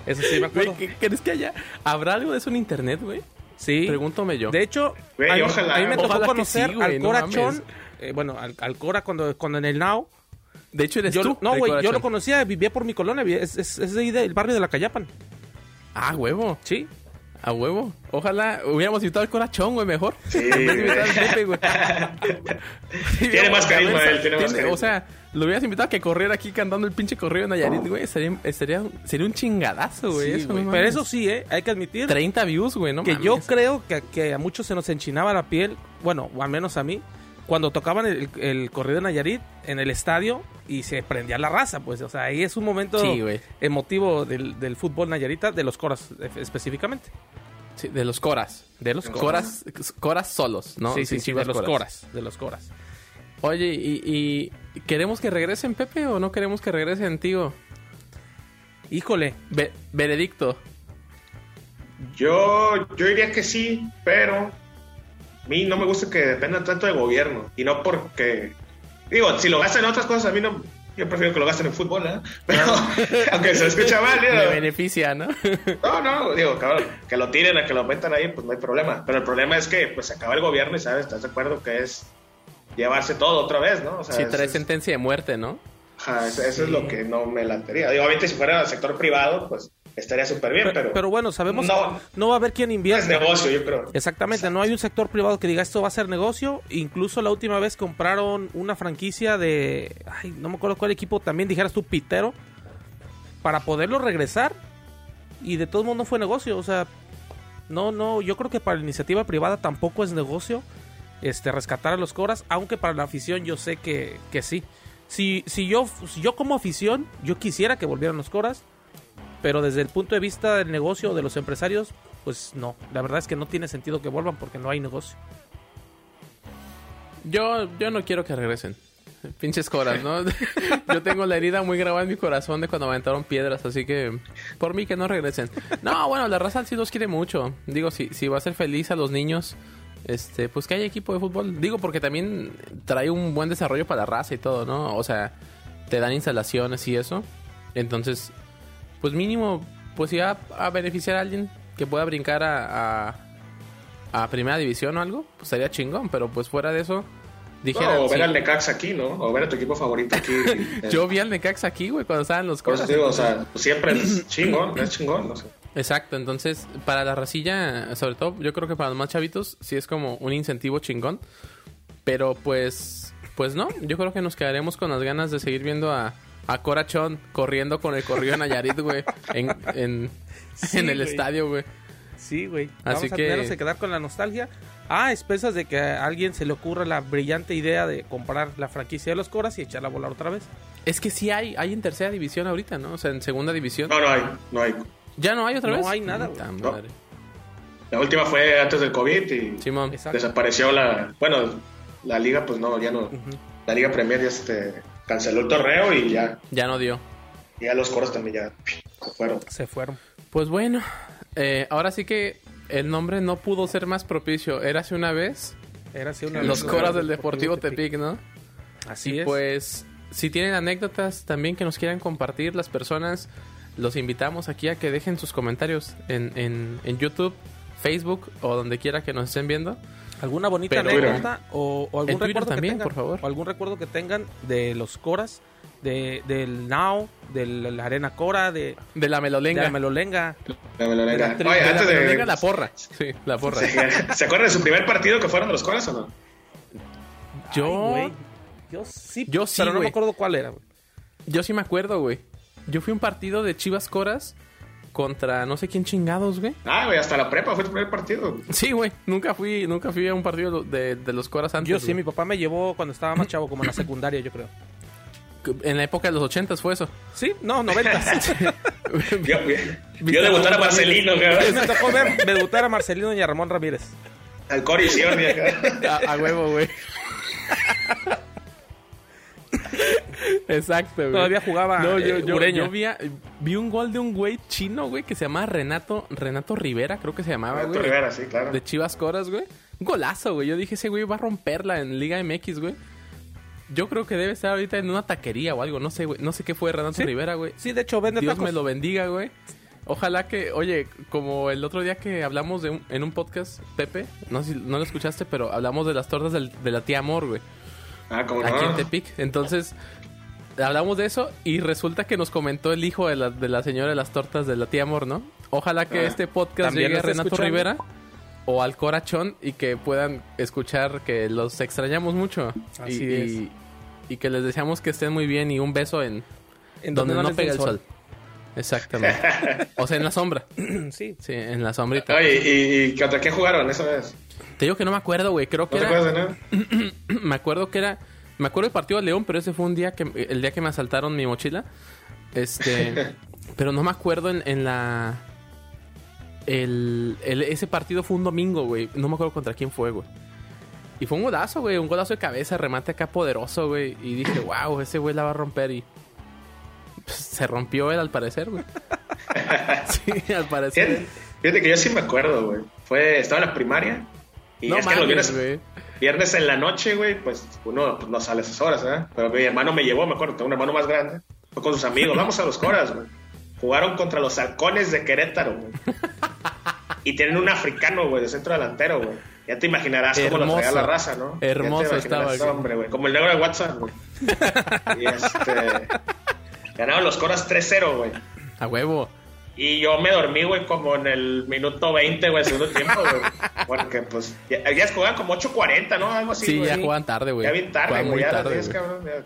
Speaker 1: Eso sí me acuerdo.
Speaker 2: Güey, ¿qué- ¿Crees que allá habrá algo de eso en internet, güey?
Speaker 1: Sí.
Speaker 2: Pregúntame yo.
Speaker 1: De hecho,
Speaker 3: Güey,
Speaker 1: a, mí,
Speaker 3: ojalá.
Speaker 1: a mí me tocó
Speaker 2: Ojalá que
Speaker 1: conocer
Speaker 2: sí, güey,
Speaker 1: al
Speaker 2: no
Speaker 1: Corachón.
Speaker 2: mames.
Speaker 1: eh, bueno, al, al Cora cuando, cuando en el Now.
Speaker 2: De hecho, eres
Speaker 1: Yo,
Speaker 2: tú.
Speaker 1: lo- no, güey, yo
Speaker 2: Decoración.
Speaker 1: lo conocía, vivía por mi colonia. vi- Es, es, es de ahí del barrio de la Callapan.
Speaker 2: Ah, huevo.
Speaker 1: Sí.
Speaker 2: A huevo. Ojalá hubiéramos invitado al corachón, güey, mejor.
Speaker 3: Sí,
Speaker 2: En vez de invitar al
Speaker 3: güey. *laughs*
Speaker 2: Pepe, güey.
Speaker 3: Tiene más carisma él, tiene más carisma.
Speaker 2: O sea, lo hubieras invitado a que corriera aquí cantando el pinche correo en Nayarit, güey. Sería, sería, sería un chingadazo, güey.
Speaker 1: Sí,
Speaker 2: eso, no
Speaker 1: güey, Pero
Speaker 2: mames.
Speaker 1: eso sí, eh, hay que admitir
Speaker 2: 30 views, güey, no
Speaker 1: que
Speaker 2: mames.
Speaker 1: yo creo que, que a muchos se nos enchinaba la piel. Bueno, o al menos a mí. Cuando tocaban el, el corrido de Nayarit en el estadio y se prendía la raza, pues, o sea, ahí es un momento
Speaker 2: Sí, güey.
Speaker 1: emotivo del, del fútbol Nayarita, de los coras eh, específicamente.
Speaker 2: Sí, de los coras. De los coras. Coras, solos, ¿no?
Speaker 1: sí, sí,
Speaker 2: Sin
Speaker 1: sí,
Speaker 2: chivas
Speaker 1: de los coras, de los coras.
Speaker 2: Oye, y, y ¿queremos que regresen, Pepe, o no queremos que regresen, tío?
Speaker 1: Híjole,
Speaker 2: Ve- veredicto.
Speaker 3: Yo, yo diría que sí, pero a mí no me gusta que dependan tanto del gobierno. Y no porque. Digo, si lo gastan en otras cosas, a mí no. Yo prefiero que lo gasten en fútbol, ¿eh? Pero, *laughs* aunque se escucha *laughs* mal, digo,
Speaker 2: Me beneficia, ¿no? *laughs*
Speaker 3: No, no, digo, cabrón, que lo tiren a que lo metan ahí, pues no hay problema. Pero el problema es que, pues se acaba el gobierno y, ¿sabes? ¿Estás de acuerdo que es llevarse todo otra vez, no? O sea,
Speaker 2: Ah, sí,
Speaker 3: es-
Speaker 2: trae
Speaker 3: es-
Speaker 2: sentencia de muerte, ¿no?
Speaker 3: ajá, es- eso es lo que no me latería. Digo, obviamente, si fuera el sector privado, pues estaría súper bien,
Speaker 1: pero,
Speaker 3: pero,
Speaker 1: pero bueno, sabemos
Speaker 3: No. Pues
Speaker 1: que no va a haber quien
Speaker 3: es
Speaker 1: invierte.
Speaker 3: negocio, yo creo.
Speaker 1: Exactamente, no hay un sector privado que diga esto va a ser negocio. Incluso la última vez compraron una franquicia de. Ay, no me acuerdo cuál equipo también dijeras tú, Pitero. Para poderlo regresar. Y de todo modo no fue negocio. O sea, no, no. Yo creo que para la iniciativa privada tampoco es negocio este, rescatar a los Coras. Aunque para la afición yo sé que, que sí. Si, si, yo, si yo como afición, yo quisiera que volvieran los Coras. Pero desde el punto de vista del negocio o de los empresarios, pues no. La verdad es que no tiene sentido que vuelvan porque no hay negocio.
Speaker 2: Yo, yo no quiero que regresen. *laughs* Pinches coras, ¿no? Yo tengo la herida muy grabada en mi corazón de cuando me aventaron piedras, así que por mí que no regresen. No, bueno, la raza sí los quiere mucho. Digo, si, si va a ser feliz a los niños, este, pues que haya equipo de fútbol. Digo, porque también trae un buen desarrollo para la raza y todo, ¿no? O sea, te dan instalaciones y eso. Entonces, pues mínimo, pues si va a beneficiar a alguien que pueda brincar a, a, a primera división o algo, pues estaría chingón, pero pues fuera de eso, dijera...
Speaker 3: No, o Oh, ver
Speaker 2: sí.
Speaker 3: al Necax aquí, ¿no? O ver a tu equipo favorito aquí. Eh,
Speaker 2: Yo vi al Necax aquí, güey, cuando estaban los
Speaker 3: Por eso
Speaker 2: cosas.
Speaker 3: digo, o sea, pues, siempre es chingón, es chingón, no sé.
Speaker 2: Exacto, entonces, para la racilla, sobre todo, yo creo que para los más chavitos, sí es como un incentivo chingón. Pero pues, pues no, yo creo que nos quedaremos con las ganas de seguir viendo a, a Corachón corriendo con el corrido en Nayarit, güey, en, en,
Speaker 1: Sí,
Speaker 2: en el
Speaker 1: güey.
Speaker 2: estadio, güey.
Speaker 1: Sí, güey.
Speaker 2: Así
Speaker 1: Vamos a
Speaker 2: que-
Speaker 1: tenernos que quedar con la nostalgia. Ah, expensas de que a alguien se le ocurra la brillante idea de comprar la franquicia de los Coras y echarla a volar otra vez.
Speaker 2: Es que sí hay, hay en tercera división ahorita, ¿no? O sea, en segunda división.
Speaker 3: No, no hay, no hay.
Speaker 2: Ya no hay otra
Speaker 1: No
Speaker 2: vez.
Speaker 1: hay nada,
Speaker 2: Puta
Speaker 3: No.
Speaker 2: madre.
Speaker 3: La última fue antes del COVID y
Speaker 2: Simón.
Speaker 1: Exacto.
Speaker 3: desapareció la. Bueno, la liga, pues no, ya no. La liga Premier ya este, canceló el torneo y ya,
Speaker 2: Ya no dio.
Speaker 3: ya los coros también ya se fueron.
Speaker 1: Se fueron.
Speaker 2: Pues bueno, eh, ahora sí que el nombre no pudo ser más propicio. Érase una vez
Speaker 1: Era así una
Speaker 2: los
Speaker 1: vez-
Speaker 2: coras del Deportivo Tepic, ¿no?
Speaker 1: Así es.
Speaker 2: Pues si tienen anécdotas también que nos quieran compartir las personas, los invitamos aquí a que dejen sus comentarios en, en, en YouTube, Facebook o donde quiera que nos estén viendo.
Speaker 1: ¿Alguna bonita
Speaker 2: Pero-
Speaker 1: anécdota o, o algún
Speaker 2: En Twitter
Speaker 1: recuerdo que
Speaker 2: también,
Speaker 1: tengan,
Speaker 2: por favor.
Speaker 1: o algún recuerdo que tengan de los Coras, de, del Now, de la Arena Cora, de,
Speaker 2: De la
Speaker 1: de
Speaker 2: melolenga.
Speaker 1: la Melolenga?
Speaker 3: La melonera.
Speaker 2: Tri-
Speaker 3: Oye,
Speaker 2: de la
Speaker 3: antes de.
Speaker 2: melolenga, la porra. Sí, la porra.
Speaker 3: ¿Se, ¿se acuerdan de su primer partido que fueron de los coros o no?
Speaker 1: Ay,
Speaker 2: Yo,
Speaker 1: güey. yo sí,
Speaker 2: Oh. Yo sí,
Speaker 1: pero no
Speaker 2: güey.
Speaker 1: me acuerdo cuál era. güey.
Speaker 2: yo sí me acuerdo, güey. Yo fui a un partido de Chivas Coras contra no sé quién chingados, güey.
Speaker 3: Ah, güey, hasta la prepa fue tu primer partido.
Speaker 2: Sí, güey. Nunca fui, nunca fui a un partido de, de los Coras antes.
Speaker 1: Yo sí,
Speaker 2: güey.
Speaker 1: mi papá me llevó cuando estaba más chavo, como en la secundaria, yo creo.
Speaker 2: En la época de los ochentas fue eso.
Speaker 1: Sí, no, 90.
Speaker 3: Yo, yo debutar a Marcelino,
Speaker 1: *laughs*
Speaker 3: cabrón.
Speaker 1: me tocó ver debutar a Marcelino y a Ramón Ramírez.
Speaker 3: Al Cori Siorni, acá.
Speaker 2: A, a huevo, güey. Exacto, güey.
Speaker 1: Todavía jugaba,
Speaker 2: No, yo,
Speaker 1: eh,
Speaker 2: yo,
Speaker 1: Ureña.
Speaker 2: yo vi, a- vi un gol de un güey chino, güey, que se llama Renato, Renato Rivera, creo que se llamaba,
Speaker 3: Alberto
Speaker 2: Ah, güey.
Speaker 3: Rivera, sí, claro.
Speaker 2: De Chivas Coras, güey. Un golazo, güey. Yo dije, ese güey va a romperla en Liga MX, güey. Yo creo que debe estar ahorita en una taquería o algo. No sé, güey. No sé qué fue Renato
Speaker 1: Sí.
Speaker 2: Rivera, güey.
Speaker 1: Sí, de hecho, vende
Speaker 2: Dios
Speaker 1: tacos.
Speaker 2: me lo bendiga, güey. Ojalá que, oye, como el otro día que hablamos de un- en un podcast, Pepe, no sé si no lo escuchaste, pero hablamos de las tortas del- de la tía Amor, güey.
Speaker 3: Ah, como
Speaker 2: Aquí en
Speaker 3: no.
Speaker 2: Tepic. Entonces, hablamos de eso y resulta que nos comentó el hijo de la, de la señora de las tortas de la tía Amor, ¿no? Ojalá que
Speaker 3: Ah.
Speaker 2: este podcast
Speaker 1: También
Speaker 2: llegue a
Speaker 1: lo está
Speaker 2: Renato
Speaker 1: escuchando.
Speaker 2: Rivera o al Corachón y que puedan escuchar que los extrañamos mucho.
Speaker 1: Así
Speaker 2: y,
Speaker 1: es.
Speaker 2: y- y que les deseamos que estén muy bien y un beso en
Speaker 1: En
Speaker 2: donde, no
Speaker 1: les dé
Speaker 2: pega el sol. Exactamente. o sea, en la sombra.
Speaker 1: *clears throat* Sí.
Speaker 2: Sí, en la sombrita.
Speaker 3: Oye, ¿y, y contra quién jugaron esa vez?
Speaker 2: Te digo que no me acuerdo, güey. Creo que
Speaker 3: ¿No te
Speaker 2: era-
Speaker 3: acuerdas de nada?
Speaker 2: me acuerdo que era. Me acuerdo del partido de León, pero ese fue un día que. El día que me asaltaron mi mochila.
Speaker 3: *laughs*
Speaker 2: Este. pero no me acuerdo en, en la. El, el- ese partido fue un domingo, güey. No me acuerdo contra quién fue, güey. Y fue un golazo, güey. Un golazo de cabeza, remate acá poderoso, güey. Y dije, wow, ese güey la va a romper. Y. pues, se rompió él, al parecer,
Speaker 3: *laughs*
Speaker 2: güey. *laughs* sí, al parecer.
Speaker 3: Fíjate, fíjate que yo sí me acuerdo, güey. Fue, estaba en la primaria. Y
Speaker 2: no
Speaker 3: es que
Speaker 2: mames,
Speaker 3: los viernes,
Speaker 2: güey.
Speaker 3: viernes en la noche, güey, pues uno pues, no sale a esas horas, ¿verdad? Pero mi hermano me llevó, me acuerdo, tengo un hermano más grande. Fue con sus amigos, vamos a los coras, güey. Jugaron contra los halcones de Querétaro, güey. Y tienen un africano, güey, de centro delantero, güey. Ya te imaginarás cómo lo
Speaker 2: Hermoso.
Speaker 3: traía la raza, ¿no? Ya
Speaker 2: Hermoso
Speaker 3: te imaginarás,
Speaker 2: estaba, güey.
Speaker 3: hombre, güey. Como el negro de WhatsApp, güey.
Speaker 2: *laughs*
Speaker 3: Y este. Ganaron los coras 3-0, güey.
Speaker 2: A huevo.
Speaker 3: Y yo me dormí, güey, como en el minuto 20, güey, segundo tiempo, güey. Porque, pues, ya, ya jugaban como 8.40, ¿no? Algo así,
Speaker 2: Sí,
Speaker 3: güey.
Speaker 2: ya juegan tarde, güey.
Speaker 3: Ya bien tarde,
Speaker 2: Juegan
Speaker 3: güey,
Speaker 2: muy
Speaker 3: ya a las
Speaker 2: tarde,
Speaker 3: 10,
Speaker 2: güey.
Speaker 3: cabrón. ya.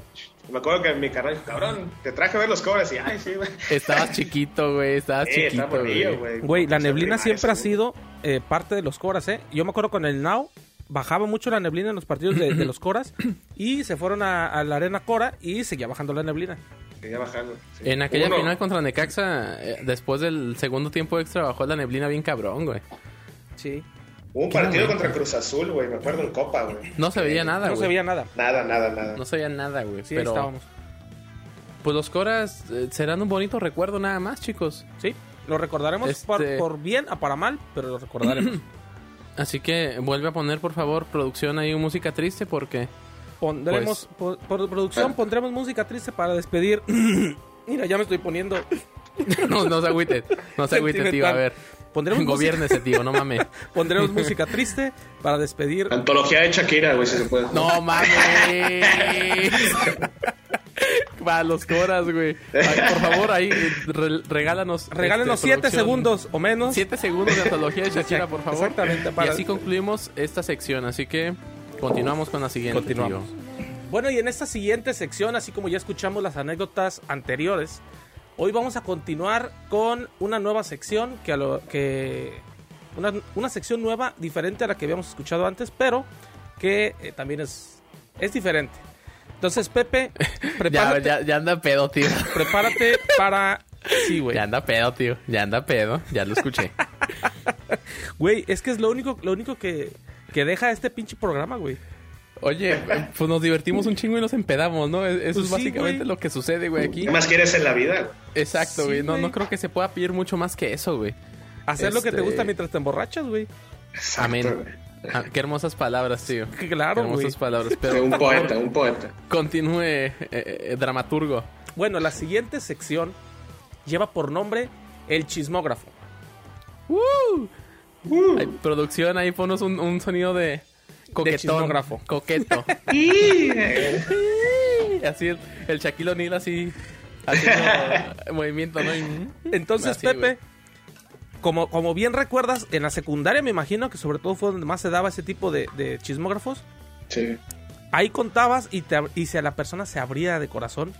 Speaker 3: Me acuerdo que mi carnal dijo, cabrón, te traje a ver los cobras. Y, ay, sí,
Speaker 2: *laughs*
Speaker 3: güey.
Speaker 2: Estabas chiquito, güey. Estabas
Speaker 3: Sí,
Speaker 2: chiquito,
Speaker 3: estaba morrillo,
Speaker 2: güey.
Speaker 1: Eh, Güey, la
Speaker 3: Esa
Speaker 1: neblina
Speaker 3: primaria,
Speaker 1: siempre ha
Speaker 3: seguro.
Speaker 1: sido eh, parte de los coras, ¿eh? Yo me acuerdo con el Now, bajaba mucho la neblina en los partidos de, de los
Speaker 2: *clears throat*
Speaker 1: coras y se fueron a, a la arena cora y seguía bajando la neblina.
Speaker 3: Que ya bajaron, sí.
Speaker 2: En aquella
Speaker 3: Uno.
Speaker 2: final contra Necaxa, eh, después del segundo tiempo extra, bajó la neblina bien cabrón, güey.
Speaker 1: Sí.
Speaker 3: Hubo un partido contra Cruz Azul, güey, me acuerdo en Copa, güey.
Speaker 2: No se veía nada,
Speaker 1: Eh, No
Speaker 2: güey.
Speaker 1: se veía nada.
Speaker 3: Nada, nada, nada.
Speaker 2: No se veía nada, güey.
Speaker 1: Sí, ahí
Speaker 2: pero,
Speaker 1: estábamos.
Speaker 2: pues los coras eh, serán un bonito recuerdo nada más, chicos.
Speaker 1: Sí. Lo recordaremos por,
Speaker 2: Este-
Speaker 1: por bien a para mal, pero lo
Speaker 2: *clears throat*
Speaker 1: recordaremos.
Speaker 2: Así que vuelve a poner, por favor, producción ahí música triste porque... *laughs*
Speaker 1: Pondremos, por,
Speaker 2: Pues-
Speaker 1: por producción,
Speaker 2: Ah.
Speaker 1: pondremos música triste para despedir. *clears throat* Mira, ya me estoy poniendo.
Speaker 2: No, no se agüite, no se agüite, tío, a ver.
Speaker 1: Pondremos música,
Speaker 2: Gobiérnese, tío, no mames.
Speaker 1: *laughs*
Speaker 2: *laughs*
Speaker 1: pondremos música triste para despedir.
Speaker 3: Antología de Shakira, güey, si se puede.
Speaker 2: No mames. Para los coras, güey. Ay, Por favor, ahí re- regálanos.
Speaker 1: Regálenos
Speaker 2: este,
Speaker 1: 7
Speaker 2: producción.
Speaker 1: segundos o menos.
Speaker 2: Siete segundos de antología de Shakira, por favor.
Speaker 1: Exactamente,
Speaker 2: Y
Speaker 1: para-
Speaker 2: así concluimos esta sección. Así que continuamos con la siguiente.
Speaker 1: Continuamos.
Speaker 2: tío.
Speaker 1: Bueno, y en esta siguiente sección, así como ya escuchamos las anécdotas anteriores, hoy vamos a continuar con una nueva sección que a lo que una, una sección nueva diferente a la que habíamos escuchado antes, pero que eh, también es es diferente. Entonces, Pepe,
Speaker 2: *laughs* Ya,
Speaker 1: prepárate,
Speaker 2: ya, ya anda pedo, tío.
Speaker 1: prepárate para sí, güey.
Speaker 2: Ya anda pedo, tío. Ya anda pedo. Ya lo escuché.
Speaker 1: Güey, es que es lo único lo único que que deja este pinche programa, güey.
Speaker 2: *laughs* Oye, pues nos divertimos un chingo y nos empedamos, ¿no? E-
Speaker 1: Pues
Speaker 2: Eso es
Speaker 1: sí,
Speaker 2: básicamente
Speaker 1: güey.
Speaker 2: lo que sucede, güey, aquí.
Speaker 3: ¿Qué más quieres en la vida, güey?
Speaker 1: Sí,
Speaker 2: Exacto, güey. No,
Speaker 1: güey.
Speaker 2: no creo que se pueda pedir mucho más que eso, güey.
Speaker 1: Hacer lo que te
Speaker 2: Este-
Speaker 1: gusta mientras te emborrachas, güey.
Speaker 3: Exacto,
Speaker 2: Amén.
Speaker 3: güey.
Speaker 2: Ah, qué hermosas palabras, tío. Qué
Speaker 1: Claro,
Speaker 2: hermosas
Speaker 1: güey.
Speaker 2: palabras. Pero
Speaker 3: De un poeta, un poeta.
Speaker 2: continúe, eh, eh, dramaturgo.
Speaker 1: Bueno, la siguiente sección lleva por nombre el chismógrafo.
Speaker 2: ¡Woo! Ay, producción, ahí ponos un, un sonido de coquetón.
Speaker 1: chismógrafo. *laughs*
Speaker 2: coqueto.
Speaker 3: Y, eh,
Speaker 2: así el, el Shaquille O'Neal así
Speaker 1: *laughs*
Speaker 2: haciendo movimiento, ¿no? Y-
Speaker 1: Entonces,
Speaker 2: Así,
Speaker 1: Pepe, como, como bien recuerdas, en la secundaria me imagino que sobre todo fue donde más se daba ese tipo de, de chismógrafos.
Speaker 3: sí.
Speaker 1: Ahí contabas y, te, ab- y si a la persona se abría de corazón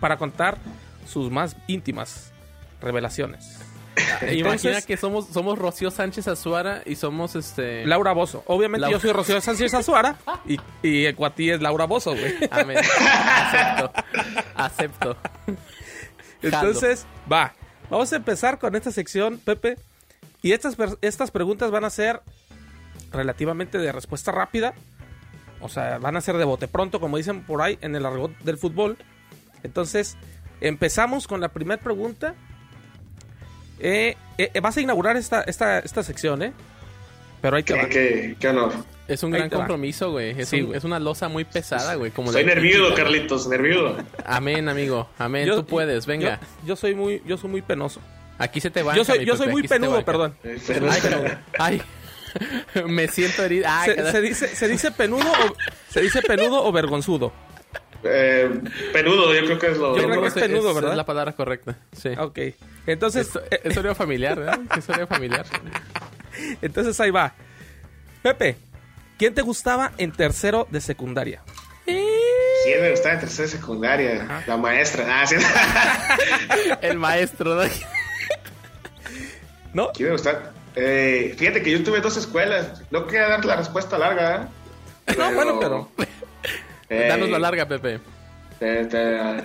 Speaker 1: para contar sus más íntimas revelaciones.
Speaker 2: güey. Imagina
Speaker 1: Entonces,
Speaker 2: que somos, somos Rocío Sánchez Azuara y somos
Speaker 1: *laughs*
Speaker 2: este.
Speaker 1: Laura Bozo. Obviamente
Speaker 2: Laura-
Speaker 1: yo soy Rocío Sánchez Azuara y, y el cuatí es Laura Bozo,
Speaker 2: *laughs*
Speaker 1: güey.
Speaker 2: Amén. Acepto. Acepto.
Speaker 1: Entonces, va. Vamos a empezar con esta sección, Pepe. Y estas, per- estas preguntas van a ser relativamente de respuesta rápida. O sea, van a ser de bote pronto, como dicen por ahí en el argot del fútbol. Entonces, empezamos con la primera pregunta. Eh, eh, eh, vas a inaugurar esta, esta, esta sección, ¿eh? Pero ahí te va.
Speaker 3: Qué, Eh, qué, qué honor.
Speaker 2: Es un
Speaker 1: Ahí
Speaker 2: gran
Speaker 1: te va.
Speaker 2: compromiso, güey. Es,
Speaker 1: Sí,
Speaker 2: un-
Speaker 1: güey.
Speaker 2: es una losa muy pesada, güey. como
Speaker 3: Soy
Speaker 2: la-
Speaker 3: nerviudo, Carlitos, nerviudo.
Speaker 2: Amén, amigo. Amén. Tú puedes, venga.
Speaker 1: Yo, yo soy muy, yo soy muy penoso.
Speaker 2: Aquí se te va.
Speaker 1: Yo soy, yo soy muy penudo, perdón.
Speaker 3: Este,
Speaker 2: Ay, cabrón. *laughs* Ay, me siento herido. Ay,
Speaker 1: Se,
Speaker 2: cabrón.
Speaker 1: se dice, se dice penudo o, se dice penudo o vergonzudo.
Speaker 3: Eh, penudo, yo creo que es lo.
Speaker 1: Yo creo que es
Speaker 2: Ese-
Speaker 1: penudo,
Speaker 2: esa
Speaker 1: ¿verdad?
Speaker 2: Es la palabra correcta. Sí.
Speaker 1: Ok. Entonces,
Speaker 2: Esto-
Speaker 1: eh,
Speaker 2: Es sonido familiar, ¿verdad? Es sonido familiar.
Speaker 1: entonces ahí va. Pepe, ¿quién te gustaba en tercero de secundaria?
Speaker 3: ¿Quién me gustaba en tercera secundaria? La maestra. Ah, sí. *laughs*
Speaker 2: El maestro. ¿no?
Speaker 1: ¿No?
Speaker 3: ¿Quién me gustaba? Eh, fíjate que yo tuve dos escuelas. No quería dar la respuesta larga. ¿eh?
Speaker 1: No, bueno,
Speaker 3: *laughs*
Speaker 1: pero-
Speaker 3: Eh,
Speaker 2: Danos la larga, Pepe.
Speaker 3: te- te-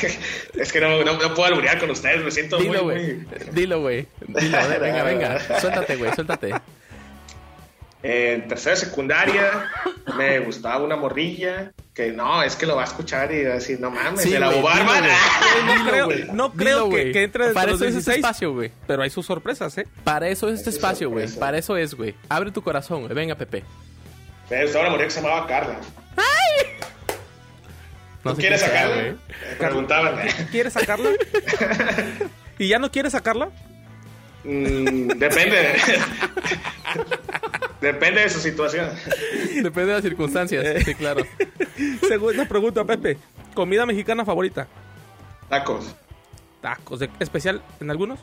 Speaker 3: *laughs* es que no, no, no puedo alburear con ustedes, me siento muy,
Speaker 2: Dilo, güey.
Speaker 3: muy-
Speaker 2: Dilo, güey. Dilo, eh, venga, venga. Suéltate, güey, suéltate.
Speaker 3: En tercera secundaria me gustaba una morrilla que no, es que lo va a escuchar y va a decir, no mames,
Speaker 2: Sí,
Speaker 3: de la
Speaker 2: güey,
Speaker 3: bobarba.
Speaker 2: dilo, güey.
Speaker 1: No
Speaker 2: Dilo,
Speaker 1: creo-
Speaker 2: güey.
Speaker 1: no
Speaker 2: Dilo,
Speaker 1: creo que-
Speaker 2: güey.
Speaker 1: que entre dentro
Speaker 2: Para
Speaker 1: de
Speaker 2: eso
Speaker 1: los
Speaker 2: es este
Speaker 1: 16.
Speaker 2: espacio, güey.
Speaker 1: Pero hay sus sorpresas, ¿eh?
Speaker 2: Para eso es este
Speaker 3: Esa es
Speaker 2: espacio, güey.
Speaker 3: sorpresa.
Speaker 2: Para eso es, güey. Abre tu corazón, güey. Venga, Pepe.
Speaker 3: Me gustaba una morrilla que se llamaba Carla.
Speaker 2: No
Speaker 3: ¿Tú
Speaker 2: sé
Speaker 3: quieres
Speaker 2: quién sea,
Speaker 3: sacarla? Eh,
Speaker 2: güey.
Speaker 3: Me Preguntaban.
Speaker 1: ¿Quieres
Speaker 2: *laughs*
Speaker 1: sacarla? ¿Y ya no quieres sacarla?
Speaker 3: Mm, depende. *laughs* depende de su situación.
Speaker 2: Depende de las
Speaker 3: Eh.
Speaker 2: circunstancias. Sí, claro.
Speaker 1: Segunda pregunta, Pepe. ¿Comida mexicana favorita?
Speaker 3: Tacos.
Speaker 1: Tacos. De, ¿Especial en algunos?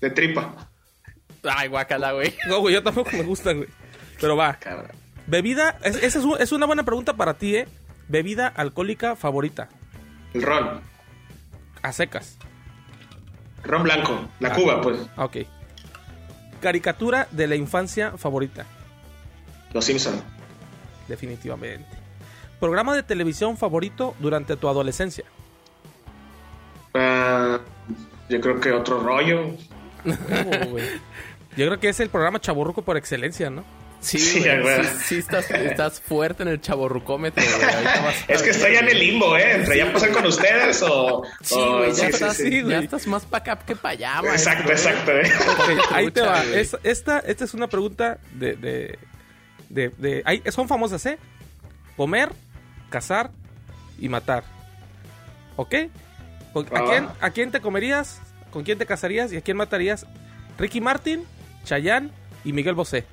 Speaker 3: De tripa.
Speaker 2: Ay, guacala, güey.
Speaker 1: No, güey, yo tampoco me gustan, güey. Pero va.
Speaker 3: Cabra.
Speaker 1: Bebida, es- esa es, un- es una buena pregunta para ti, ¿eh? Bebida alcohólica favorita,
Speaker 3: El ron.
Speaker 1: a secas.
Speaker 3: Ron blanco. La Cuba, pues.
Speaker 1: Ah, Ok. Caricatura de la infancia favorita,
Speaker 3: Los Simpson.
Speaker 1: definitivamente. Programa de televisión favorito durante tu adolescencia.
Speaker 3: Ah, yo creo que otro rollo.
Speaker 1: Oh, güey. Yo creo que es el programa chaburruco por excelencia, ¿no?
Speaker 2: Sí,
Speaker 3: Sí,
Speaker 2: güey.
Speaker 3: güey.
Speaker 2: Sí, sí estás, estás fuerte en el chaborrucómetro, güey.
Speaker 3: *laughs*
Speaker 2: Ahorita vas a-
Speaker 3: Es que estoy ya en el limbo, ¿eh? Entre ya pasar con ustedes o.
Speaker 2: Sí,
Speaker 3: o-
Speaker 2: güey, ya,
Speaker 3: sí, sí,
Speaker 2: estás,
Speaker 3: sí.
Speaker 1: güey.
Speaker 2: ya estás más para acá que para allá, güey.
Speaker 3: Exacto, exacto, ¿eh?
Speaker 1: Ok, ahí te va.
Speaker 2: Trucha, güey.
Speaker 1: Es- esta, esta es una pregunta de... de, de- de- ay, son famosas, ¿eh? Comer, cazar y matar. ¿Ok? ¿Con- ¿A
Speaker 3: Ah.
Speaker 1: quién, ¿A quién te comerías? ¿Con quién te casarías? ¿Y a quién matarías? Ricky Martin, Chayanne y Miguel Bosé.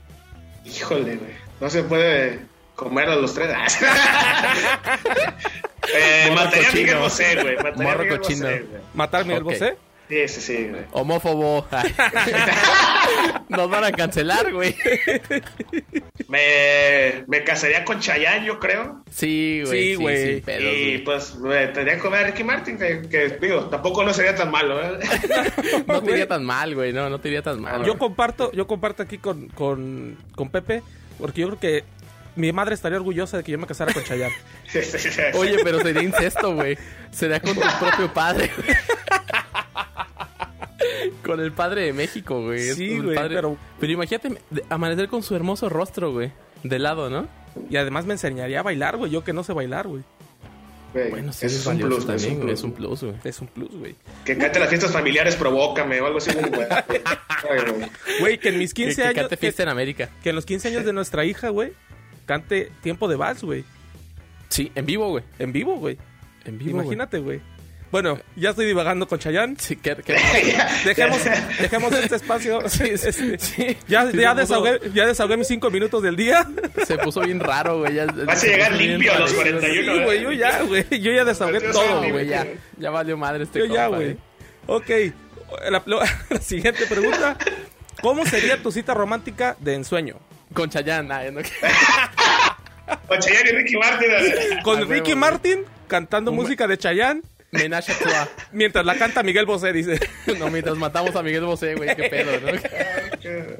Speaker 3: Híjole, güey. No se puede comer a los tres. Ah. *laughs* eh,
Speaker 2: Morro
Speaker 3: mataría a
Speaker 2: cochino.
Speaker 3: Miguel Bosé, güey. Mataría a
Speaker 2: Morro
Speaker 3: Miguel Bosé,
Speaker 2: cochino.
Speaker 3: güey.
Speaker 1: ¿Matar a Miguel
Speaker 2: Ok.
Speaker 1: Bosé?
Speaker 3: Sí, sí, sí, güey.
Speaker 2: Homófobo. *laughs* Nos van a cancelar, güey.
Speaker 3: Me, me casaría con Chayanne, yo creo.
Speaker 2: Sí, güey.
Speaker 1: Sí,
Speaker 2: Sí,
Speaker 1: güey.
Speaker 2: sin pedos,
Speaker 3: y
Speaker 2: güey.
Speaker 3: pues me tendría que comer a Ricky Martin, que, que, digo, tampoco no sería tan malo, ¿eh? *laughs*
Speaker 2: No te
Speaker 1: güey.
Speaker 2: iría tan mal, güey. Ah, No, no te iría tan mal.
Speaker 1: Yo comparto, yo comparto aquí con, con, con Pepe, porque yo creo que mi madre estaría orgullosa de que yo me casara con Chayanne.
Speaker 2: Oye, pero sería incesto, güey. Sería con tu propio padre, güey. Con el padre de México, güey. Es
Speaker 1: Sí,
Speaker 2: el
Speaker 1: güey,
Speaker 2: padre-
Speaker 1: pero-
Speaker 2: Pero imagínate de- amanecer con su hermoso rostro, güey. De lado, ¿no?
Speaker 1: Y además me enseñaría a bailar, güey. Yo que no sé bailar, güey.
Speaker 3: Güey,
Speaker 2: Bueno, sí,
Speaker 3: eso
Speaker 2: es, valioso también, güey.
Speaker 3: Eh, plus.
Speaker 2: Es un plus, güey.
Speaker 1: Es un plus, güey.
Speaker 3: Que cante las fiestas familiares, provócame o algo así. güey. Ay, güey.
Speaker 1: Güey, que en mis
Speaker 2: *laughs* Que,
Speaker 1: 15
Speaker 2: que
Speaker 1: años.
Speaker 2: cante
Speaker 1: Que,
Speaker 2: fiesta en América.
Speaker 1: que en los 15 años de nuestra hija, güey, cante tiempo de vals, güey.
Speaker 2: Sí, en vivo, güey.
Speaker 1: En vivo, güey.
Speaker 2: En vivo, güey.
Speaker 1: Imagínate, güey. Bueno, ya estoy divagando con Chayanne.
Speaker 2: Sí, que,
Speaker 1: *laughs*
Speaker 2: que- *laughs*
Speaker 1: Dejemos, dejemos este espacio.
Speaker 2: sí,
Speaker 1: *laughs*
Speaker 2: sí,
Speaker 1: Este,
Speaker 2: sí.
Speaker 1: Ya,
Speaker 2: Sí,
Speaker 1: ya,
Speaker 2: se puso-
Speaker 1: desahogué, ya desahogué mis 5 minutos del día.
Speaker 2: Se puso bien raro, güey. ya-
Speaker 3: Vas a
Speaker 2: se
Speaker 3: llegar
Speaker 2: puso bien
Speaker 3: limpio a los
Speaker 2: raro.
Speaker 1: *laughs*
Speaker 3: 41.
Speaker 1: Sí,
Speaker 2: eh.
Speaker 1: güey, yo ya, güey. Yo ya desahogué
Speaker 3: Yo soy
Speaker 1: todo,
Speaker 3: libre.
Speaker 1: güey.
Speaker 2: Güey, ya, ya valió madre este
Speaker 1: Yo ya,
Speaker 2: compa,
Speaker 1: güey.
Speaker 2: eh.
Speaker 1: Ok. La, lo- *laughs* la siguiente pregunta. ¿Cómo sería tu cita romántica de ensueño?
Speaker 2: Con Chayanne, ah, no-
Speaker 3: Con Chayanne y Ricky Martin. güey.
Speaker 1: Con
Speaker 2: Ah, huevo,
Speaker 1: Ricky
Speaker 2: güey.
Speaker 1: Martin cantando
Speaker 2: Un-
Speaker 1: música de Chayanne
Speaker 2: Menage a trois.
Speaker 1: mientras la canta Miguel Bosé, dice.
Speaker 2: *laughs* No, mientras matamos a Miguel Bosé, güey, qué pedo,
Speaker 1: *laughs*
Speaker 2: ¿no?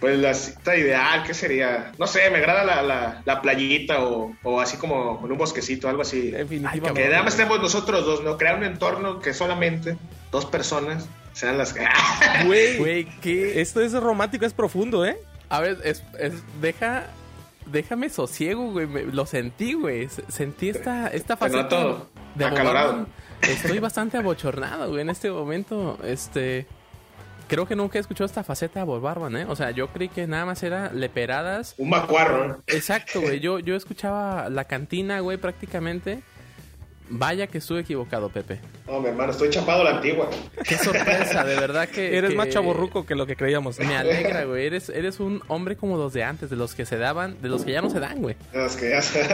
Speaker 3: Pues la cita ideal, ¿qué sería? No sé, me agrada la, la, la playita o, o así como con un bosquecito, algo así.
Speaker 1: Eh, Definitivamente.
Speaker 3: Que nada más estemos nosotros dos, ¿no? Crear un entorno que solamente dos personas sean las que... *laughs*
Speaker 1: Güey,
Speaker 2: Güey, qué...
Speaker 1: esto es romántico, es profundo, ¿eh?
Speaker 2: A ver, es, es- deja... Déjame sosiego, güey. me- Lo sentí, güey. s- Sentí esta, esta
Speaker 3: Te
Speaker 2: faceta
Speaker 3: noto acalorado.
Speaker 2: abogado. Estoy bastante abochornado, güey, en este momento. Este... Creo que nunca he escuchado esta faceta de Bob Barman, ¿eh? O sea, yo creí que nada más era leperadas
Speaker 3: Un macuarro. ¿no?
Speaker 2: Exacto, güey. Yo, yo escuchaba la cantina, güey, prácticamente. Vaya que estuve equivocado, Pepe.
Speaker 3: No, mi hermano, estoy chapado a la antigua.
Speaker 2: Qué sorpresa, de verdad que.
Speaker 1: Eres
Speaker 2: que-
Speaker 1: más chaborruco que lo que creíamos.
Speaker 2: Me alegra, güey. Eres, eres un hombre como los de antes, de los que se daban, de los que ya no se dan, güey.
Speaker 3: Es que ya se-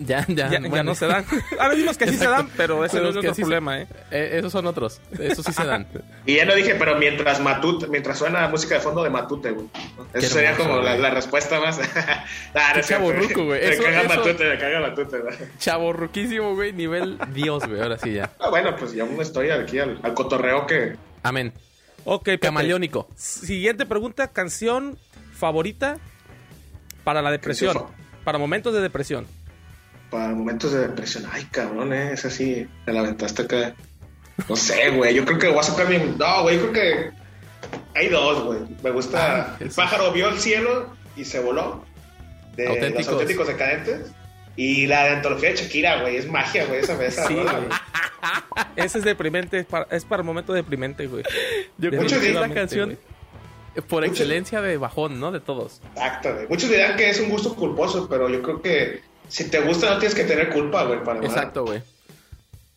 Speaker 2: Ya, ya,
Speaker 1: Ya, ya
Speaker 2: bueno.
Speaker 1: no se dan. Ahora vimos que sí se dan, pero ese no es
Speaker 2: Los que
Speaker 1: nuestro
Speaker 2: sí se-
Speaker 1: problema, ¿eh?
Speaker 2: *laughs* Eh, esos son otros. Esos sí se dan.
Speaker 3: Y ya lo dije, pero mientras Matute, mientras suena la música de fondo de Matute, güey.
Speaker 2: Qué
Speaker 3: Eso sería
Speaker 2: hermoso,
Speaker 3: como la,
Speaker 2: güey.
Speaker 3: la respuesta más. *laughs* nah,
Speaker 2: Qué
Speaker 3: es cierto,
Speaker 2: chaborruco, güey.
Speaker 3: Me
Speaker 2: Eso-
Speaker 3: caga
Speaker 2: eso-
Speaker 3: Matute, me caga Matute. güey.
Speaker 2: Chavo ruquísimo, güey. Nivel Dios, güey. Ahora sí ya.
Speaker 3: Ah, bueno, pues ya me estoy aquí al, al cotorreo que.
Speaker 2: Amén.
Speaker 1: Ok, Pepe.
Speaker 2: Camaleónico.
Speaker 1: Siguiente pregunta, canción favorita para la depresión,
Speaker 3: Canción
Speaker 1: para momentos de depresión.
Speaker 3: Para momentos de depresión. Ay, cabrón, eh. Es así. Me la aventaste acá. No sé, güey. Yo creo que voy a sacar mi. No, güey, yo creo que. Hay dos, güey. Me gusta.
Speaker 2: Ay,
Speaker 3: el pájaro vio el cielo y se voló. De
Speaker 2: Auténticos.
Speaker 3: los auténticos decadentes. Y la de antología de Shakira, güey. Es magia, güey. Esa mesa.
Speaker 1: Sí, güey. Ese es deprimente, es para, es para momentos deprimentes, güey.
Speaker 2: Yo
Speaker 1: creo
Speaker 3: que es
Speaker 2: la
Speaker 1: la
Speaker 2: canción
Speaker 1: canción
Speaker 2: por excelencia de bajón, ¿no? De todos.
Speaker 3: Exacto, güey. Muchos dirán que es un gusto culposo, pero yo creo que si te gusta no tienes que tener culpa, güey, para nada.
Speaker 2: Exacto, güey.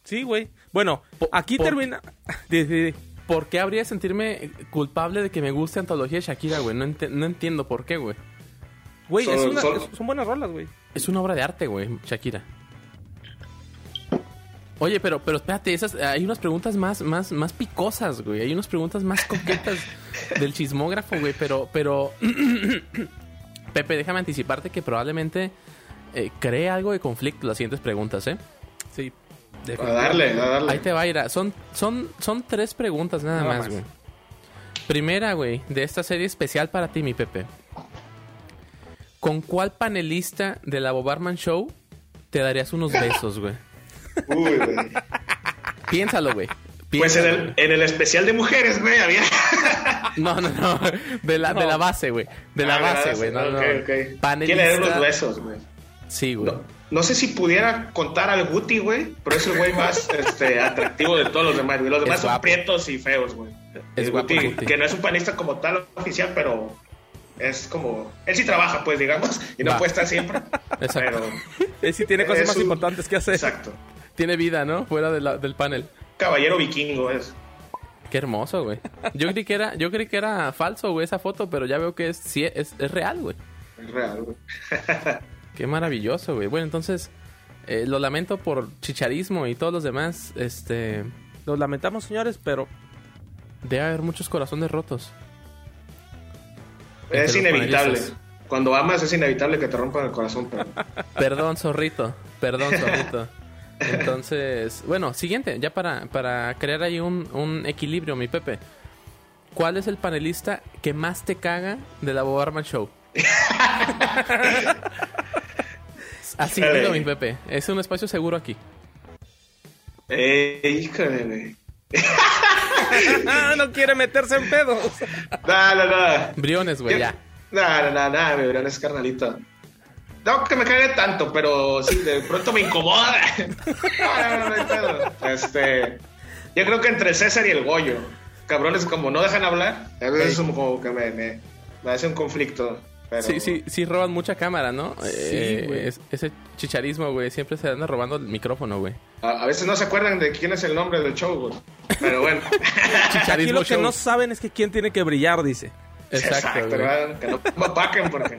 Speaker 1: Sí, güey. Bueno,
Speaker 2: Po-
Speaker 1: aquí
Speaker 2: por-
Speaker 1: termina... Di, di, di.
Speaker 2: ¿Por qué habría de sentirme culpable de que me guste Antología de Shakira, güey? No, ente- no entiendo por qué, güey.
Speaker 1: Güey, es
Speaker 3: Son-
Speaker 1: una-
Speaker 3: son-
Speaker 1: es- son buenas rolas, güey.
Speaker 2: Es una obra de arte, güey, Shakira. Oye, pero, pero espérate, esas, hay unas preguntas más, más, más picosas, güey. Hay unas preguntas más coquetas del chismógrafo, güey. Pero, pero. *clears throat* Pepe, déjame anticiparte que probablemente eh, cree algo de conflicto las siguientes preguntas, ¿eh?
Speaker 1: Sí.
Speaker 3: A darle, a darle.
Speaker 2: Ahí te va, Ira. Son, son, son tres preguntas nada,
Speaker 1: Nada
Speaker 2: más,
Speaker 1: más.
Speaker 2: güey. Primera, güey, de esta serie especial para ti, mi Pepe. ¿Con cuál panelista de la Bob Barman Show te darías unos besos, güey?
Speaker 3: Uy, güey.
Speaker 2: Piénsalo, güey.
Speaker 3: Pues en
Speaker 2: Piénsalo,
Speaker 3: el, en el especial de mujeres, güey, había.
Speaker 2: güey. No, no, no. De la, de la base, güey. De la
Speaker 3: Ah,
Speaker 2: base, güey. No,
Speaker 3: ok,
Speaker 2: no.
Speaker 3: ok. ¿Quién le
Speaker 2: Panelista.
Speaker 3: da unos besos, güey?
Speaker 2: Sí, güey.
Speaker 3: No, no sé si pudiera contar al Guti, güey, pero es el güey
Speaker 2: *laughs*
Speaker 3: más este, atractivo de todos los demás, güey. Los demás son
Speaker 2: guapo.
Speaker 3: prietos y feos, güey.
Speaker 2: Es
Speaker 3: El
Speaker 2: guapo el Guti.
Speaker 3: Que no es un panista como tal oficial, pero es como. Él sí trabaja, pues, digamos, y no
Speaker 2: Va.
Speaker 3: puede estar siempre.
Speaker 2: *laughs* Exacto.
Speaker 3: Pero.
Speaker 1: Él sí tiene cosas
Speaker 3: es
Speaker 1: más
Speaker 3: un-
Speaker 1: importantes que hacer.
Speaker 3: Exacto.
Speaker 2: Tiene vida, ¿no? Fuera de la- del panel.
Speaker 3: Caballero vikingo es.
Speaker 2: Qué hermoso, güey. Yo creí que era, yo creí que era falso, güey, esa foto, pero ya veo que es, sí, es, es real, güey.
Speaker 3: Es real, güey.
Speaker 2: Qué maravilloso, güey. Bueno, entonces, eh, lo lamento por chicharismo y todos los demás. Este.
Speaker 1: Lo lamentamos, señores, pero *laughs*
Speaker 2: Debe haber muchos corazones rotos. Entre
Speaker 3: Es
Speaker 2: los
Speaker 3: inevitable.
Speaker 2: panelistas.
Speaker 3: Cuando amas es inevitable que te rompan el corazón,
Speaker 2: *laughs*
Speaker 3: pero
Speaker 2: Perdón, zorrito. Perdón, zorrito. Entonces, bueno, siguiente, ya para, para crear ahí un, un equilibrio, mi Pepe. ¿Cuál es el panelista que más te caga de la Bob Arman Show? Así,
Speaker 3: Híjole.
Speaker 2: dilo, mi Pepe. Es un espacio seguro aquí.
Speaker 3: Eh, híjole, güey.
Speaker 1: Ah, no quiere meterse en pedos.
Speaker 3: No, no, no.
Speaker 2: Briones, güey, Pues ya.
Speaker 3: No, no, no, no, mi gran es carnalito. No, que me caiga tanto, pero sí, de pronto me incomoda. *laughs* No, no, no, no hay pedo. Este. Yo creo que entre el César y el Goyo. Cabrones, como no dejan hablar, a veces
Speaker 2: Ey.
Speaker 3: como que me, me, me hace un conflicto. Pero...
Speaker 2: Sí, sí, sí roban mucha cámara, ¿no?
Speaker 1: Sí,
Speaker 2: Eh,
Speaker 1: güey.
Speaker 2: es- ese chicharismo, güey, siempre se anda robando el micrófono, güey.
Speaker 3: A, a veces no se acuerdan de quién es el nombre del show, güey.
Speaker 2: *laughs*
Speaker 3: Pero bueno.
Speaker 2: Chicharismo
Speaker 1: Aquí lo que
Speaker 2: show.
Speaker 1: no saben es que quién tiene que brillar, dice.
Speaker 2: Exacto, güey.
Speaker 3: ¿verdad? Que no me opaquen porque.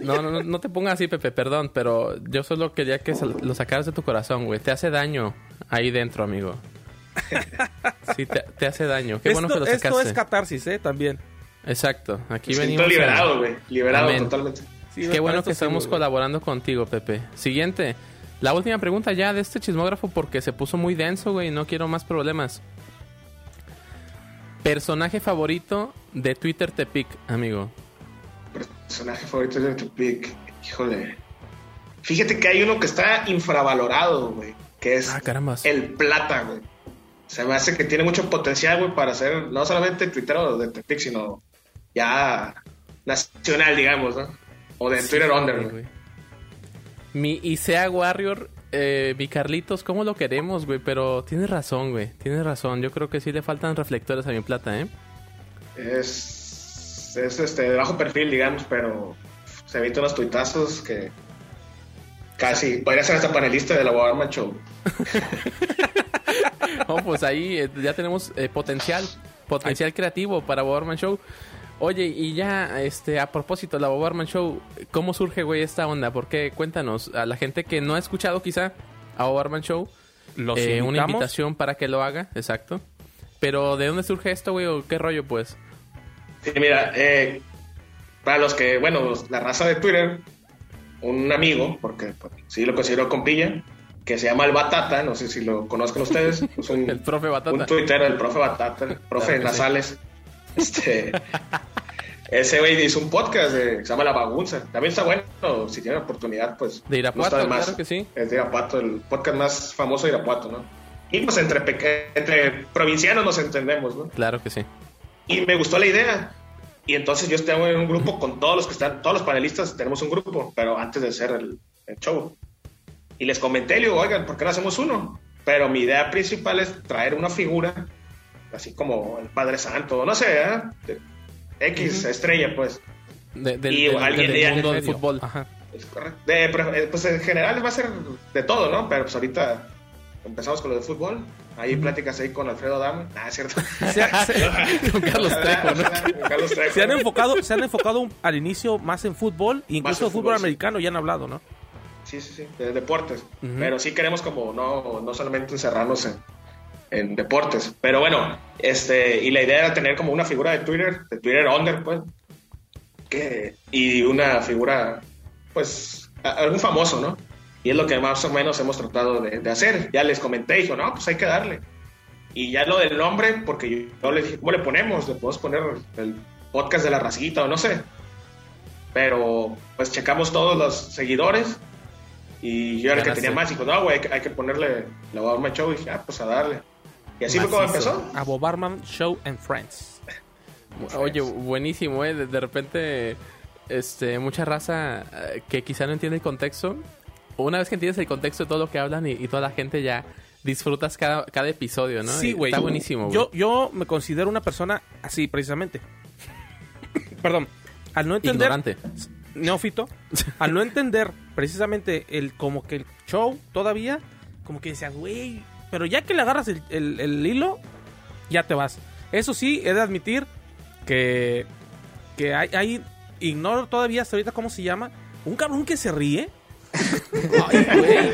Speaker 2: No, no, no, no te pongas así, Pepe, perdón, pero yo solo quería que sal- lo sacaras de tu corazón, güey. Te hace daño ahí
Speaker 1: *laughs*
Speaker 2: dentro, amigo. Sí, te, te hace daño. Qué bueno que
Speaker 1: esto,
Speaker 2: lo
Speaker 1: esto
Speaker 2: sacaste.
Speaker 1: es catarsis, ¿eh? También.
Speaker 2: Exacto, aquí
Speaker 3: Me siento
Speaker 2: venimos. a-
Speaker 3: liberado, güey. Liberado
Speaker 2: Amén.
Speaker 3: totalmente.
Speaker 1: Sí,
Speaker 2: Qué
Speaker 1: para
Speaker 2: bueno
Speaker 1: esto
Speaker 2: que
Speaker 1: sí,
Speaker 2: estamos
Speaker 1: güey.
Speaker 2: colaborando contigo, Pepe. Siguiente. La última pregunta ya de este chismógrafo porque se puso muy denso, güey. No quiero más problemas. Personaje favorito de Twitter Tepic, amigo.
Speaker 3: Personaje favorito de tu pick. Híjole. Fíjate que hay uno que está infravalorado, güey. Que es
Speaker 2: Ah, carambas.
Speaker 3: el plata, güey. Se me hace que tiene mucho potencial, güey, para ser no solamente tuitero de Tepic, sino ya nacional, digamos, ¿no? O de Twitter
Speaker 2: Sí,
Speaker 3: Under, güey.
Speaker 2: güey. Mi Isea Warrior, eh, mi Carlitos, ¿cómo lo queremos, güey? Pero tienes razón, güey. Tienes razón. Yo creo que sí le faltan reflectores a mi plata, ¿eh?
Speaker 3: es, es este, de bajo perfil, digamos, pero se evita unos tuitazos que, Casi. Podría ser hasta panelista de la Guadarma Show.
Speaker 2: No, pues ahí eh, ya tenemos eh, potencial, potencial creativo para Bobarman Show. Oye, y ya, este, a propósito, la Bobarman Show, ¿cómo surge, güey, esta onda? Porque cuéntanos, a la gente que no ha escuchado quizá a Bobarman Show,
Speaker 1: Los
Speaker 2: eh, una
Speaker 1: invitamos.
Speaker 2: invitación para que lo haga, exacto. Pero, ¿de dónde surge esto, güey? ¿O qué rollo, pues?
Speaker 3: Sí, mira, eh, para los que, bueno, la raza de Twitter, un amigo, porque pues, sí lo considero compilla, que se llama el Batata, no sé si lo
Speaker 2: *laughs*
Speaker 3: conozcan ustedes, es un,
Speaker 2: El profe
Speaker 3: un
Speaker 2: Batata.
Speaker 3: Twitter, el profe Batata, el profe
Speaker 2: Claro que
Speaker 3: Nasales. Este, ese güey hizo un podcast de- que se llama La Bagunza. También está bueno, si tienen oportunidad, pues.
Speaker 2: De Irapuato,
Speaker 3: no está más.
Speaker 2: claro que sí.
Speaker 3: Es de Irapuato, el podcast más famoso de Irapuato, ¿no? Y pues entre, peque- entre provincianos nos entendemos, ¿no?
Speaker 2: Claro que sí.
Speaker 3: y me gustó la idea. Y entonces yo estaba en un grupo con todos los que están, todos los panelistas tenemos un grupo, pero antes de hacer el, el show. Y les comenté, le digo, oigan, ¿por qué no hacemos uno? Pero mi idea principal es traer una figura, así como el Padre Santo, no sé, ¿eh? De- X estrella, pues.
Speaker 2: De- del
Speaker 3: Y
Speaker 2: del-
Speaker 3: alguien
Speaker 2: del
Speaker 3: de-
Speaker 2: mundo del
Speaker 3: serio. Ah.
Speaker 2: fútbol.
Speaker 3: Es correcto. De, pero, eh, pues en general va a ser de todo, ¿no? Pero pues ahorita empezamos con lo de fútbol. Ahí pláticas ahí con Alfredo Adame. Ah, es cierto.
Speaker 1: *laughs* Se ha- se-
Speaker 2: *laughs* Con *laughs* Carlos Trejo, ¿no?
Speaker 3: Con *laughs* Carlos Trejo.
Speaker 1: se han enfocado, se han enfocado un- al inicio más en fútbol, incluso
Speaker 3: en
Speaker 1: fútbol,
Speaker 3: fútbol, sí.
Speaker 1: americano ya han hablado, ¿no?
Speaker 3: Sí, sí, sí, de deportes. Pero sí queremos como no, no solamente encerrarnos en, en deportes. Pero bueno, este, y la idea era tener como una figura de Twitter, de Twitter Under, pues, que, y una figura, pues, a- algún famoso, ¿no? Y es lo que más o menos hemos tratado de, de hacer. Ya les comenté, y dijo, no, pues hay que darle. Y ya lo del nombre, porque yo, yo le dije, ¿cómo le ponemos? ¿Le podemos poner el podcast de la rasguita o no sé? Pero pues checamos todos los seguidores y yo era el que
Speaker 2: Ganaste.
Speaker 3: tenía más y dijo, no, güey, hay, que- hay que ponerle la Obama Show. Y dije, ah, pues a darle. Y así fue como
Speaker 2: Macizo.
Speaker 3: empezó.
Speaker 1: A Bob Barman Show and Friends.
Speaker 2: Oye, buenísimo, ¿eh? De, de repente, este, mucha raza eh, que quizá no entiende el contexto. Una vez que entiendes el contexto de todo lo que hablan y, y toda la gente ya disfrutas cada, cada episodio, ¿no?
Speaker 1: Sí,
Speaker 2: Y
Speaker 1: güey.
Speaker 2: Está buenísimo, güey.
Speaker 1: Yo, yo me considero una persona así, precisamente. *laughs* Perdón. Al no entender.
Speaker 2: Ignorante.
Speaker 1: Neófito. Al no entender precisamente el como que el show todavía, como que decía, güey. Pero ya que le agarras el, el- el hilo, ya te vas. Eso sí, he de admitir que. Que hay. hay- ignoro todavía hasta ahorita cómo se llama. Un cabrón que se ríe. Ay, güey.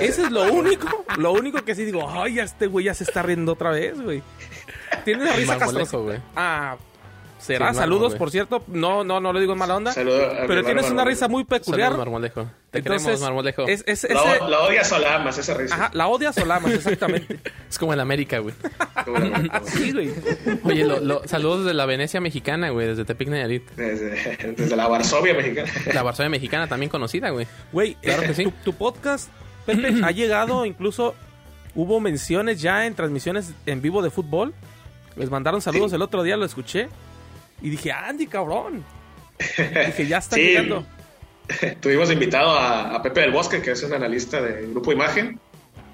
Speaker 1: Ese es lo único, lo único que sí digo, ay, ya este güey ya se está riendo otra vez, güey. Tiene una risa
Speaker 2: Marmolejo,
Speaker 1: castrosa.
Speaker 2: güey.
Speaker 1: Ah,
Speaker 2: Sí,
Speaker 1: será.
Speaker 2: el
Speaker 1: Saludos,
Speaker 2: marmo,
Speaker 1: por cierto. No, no, no lo digo en mala onda.
Speaker 3: Saludo a
Speaker 1: pero
Speaker 3: mi
Speaker 1: tienes
Speaker 3: hermano
Speaker 1: una
Speaker 3: Marmolejo.
Speaker 1: risa muy peculiar.
Speaker 2: Saludos, Marmolejo. Te
Speaker 1: Entonces,
Speaker 2: queremos, Marmolejo.
Speaker 1: Es,
Speaker 2: Es,
Speaker 1: es,
Speaker 3: La,
Speaker 1: ese-
Speaker 3: o- la odia Solamas, esa risa.
Speaker 1: ajá, la odia Solamas, exactamente.
Speaker 2: como el América, güey.
Speaker 3: Como *laughs* la- como-
Speaker 1: Sí, güey.
Speaker 2: Oye, lo- lo- saludos desde la Venecia mexicana, güey, desde Tepic Nayarit.
Speaker 3: Desde, desde la Varsovia mexicana. *laughs*
Speaker 2: La Varsovia mexicana también conocida, güey.
Speaker 1: Güey, eh,
Speaker 2: Claro que sí.
Speaker 1: tu, tu podcast, Pepe, ha llegado incluso. Hubo menciones ya en transmisiones en vivo de fútbol. Les mandaron saludos el otro día, lo escuché. Y dije, Andy, cabrón. Dije, ya está
Speaker 3: Sí.
Speaker 1: llegando.
Speaker 3: Tuvimos invitado a, a Pepe del Bosque, que es un analista de Grupo Imagen,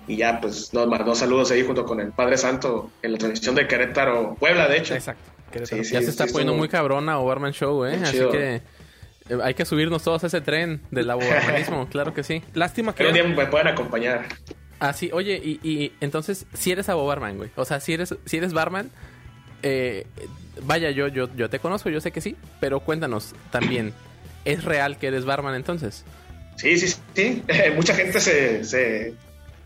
Speaker 3: y ya pues nos mandó saludos ahí junto con el Padre Santo en la transmisión de Querétaro, Puebla, de hecho.
Speaker 1: Exacto.
Speaker 3: Sí, sí,
Speaker 2: ya se está
Speaker 3: sí,
Speaker 2: poniendo
Speaker 3: estuvo-
Speaker 2: muy cabrona Overman Show, ¿eh?
Speaker 3: Muy
Speaker 2: Así
Speaker 3: chido.
Speaker 2: que eh, hay que subirnos todos a ese tren del abobarmanismo,
Speaker 3: *laughs*
Speaker 2: claro que sí.
Speaker 1: Lástima
Speaker 3: Pero un
Speaker 1: que.
Speaker 3: día me pueden acompañar.
Speaker 2: Ah, sí, oye, y, y entonces, si eres abobarman, güey. O sea, si eres, si eres barman, eh, vaya, yo, yo, yo te conozco, yo sé que sí, pero cuéntanos
Speaker 3: *coughs*
Speaker 2: también. ¿Es real que eres barman entonces?
Speaker 3: Sí, sí, sí. *laughs* Mucha gente se, se,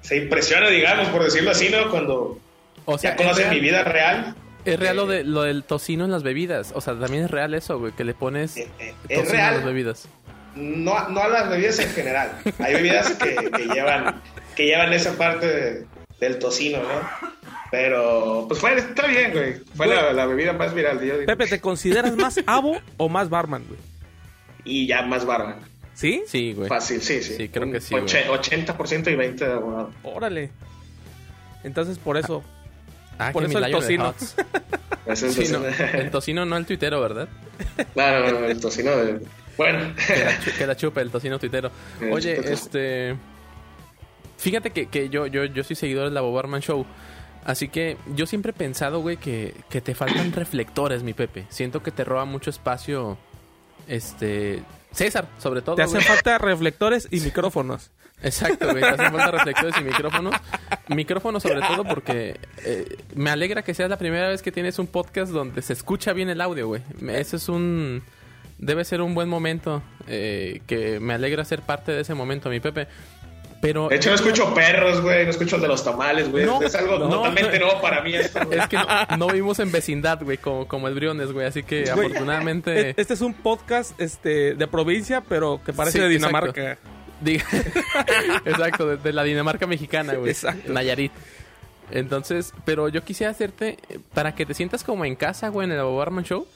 Speaker 3: se impresiona, digamos, por decirlo así, ¿no? Cuando
Speaker 2: O
Speaker 3: ya
Speaker 2: ¿es
Speaker 3: conocen
Speaker 2: real,
Speaker 3: mi vida real.
Speaker 2: ¿Es real lo, de, lo del tocino en las bebidas? O sea, también es real eso, güey, que le pones
Speaker 3: Eh, eh, es
Speaker 2: tocino
Speaker 3: real.
Speaker 2: a las bebidas.
Speaker 3: No, a- no a las bebidas en general. Hay bebidas que, que llevan que llevan esa parte de- del tocino, ¿no? Pero, pues fue, está bien, güey. Fue la, la bebida más viral. yo digo.
Speaker 1: Pepe, ¿te consideras más abo o más barman, güey?
Speaker 3: Y ya más barba.
Speaker 1: ¿Sí?
Speaker 2: Sí, güey.
Speaker 3: Fácil, sí, sí.
Speaker 2: Sí, creo que sí,
Speaker 3: Un
Speaker 2: güey.
Speaker 3: 80% y 20% de abogado.
Speaker 1: Órale. Entonces, por eso.
Speaker 2: Ah,
Speaker 1: por
Speaker 2: que
Speaker 1: eso
Speaker 2: mi
Speaker 1: el
Speaker 2: Lionel
Speaker 1: tocino.
Speaker 2: Hutz.
Speaker 3: Ese es
Speaker 2: Sí,
Speaker 3: el
Speaker 2: no,
Speaker 3: *laughs* tocino.
Speaker 2: el tocino no el tuitero, ¿verdad?
Speaker 3: No, no, no, el tocino de... Bueno.
Speaker 2: Chu- que la chupe el tocino tuitero.
Speaker 3: El
Speaker 2: Oye,
Speaker 3: chupe tu-
Speaker 2: este. Fíjate que, que yo, yo, yo soy seguidor del Labo Barman Show. Así que yo siempre he *clears throat* pensado, güey, que, que te faltan reflectores, mi Pepe. Siento que te roba mucho espacio Este. César, sobre todo.
Speaker 1: Te hacen
Speaker 2: güey.
Speaker 1: falta reflectores y micrófonos.
Speaker 2: Exacto, güey. Te hacen falta reflectores y micrófonos. Micrófonos sobre todo porque eh, me alegra que seas la primera vez que tienes un podcast donde se escucha bien el audio, güey. Me- Ese es un... Debe ser un buen momento eh, que me alegra ser parte de ese momento, mi Pepe. Pero...
Speaker 3: De hecho, no escucho perros, güey. No escucho el de los tamales, güey.
Speaker 2: eh, No,
Speaker 3: es algo
Speaker 2: no,
Speaker 3: totalmente
Speaker 2: güey.
Speaker 3: nuevo para mí esto, güey.
Speaker 2: Es que no, no vivimos en vecindad, güey, como, como el Briones, güey. Así que
Speaker 1: Güey,
Speaker 2: afortunadamente...
Speaker 1: e- Este es un podcast este, de provincia, pero que parece
Speaker 2: Sí,
Speaker 1: de Dinamarca.
Speaker 2: Diga- *laughs* Exacto, de, de la Dinamarca mexicana, güey.
Speaker 1: Exacto.
Speaker 2: Nayarit. Entonces, pero yo quisiera hacerte, eh, para que te sientas como en casa, güey, en el Bob Barman Show,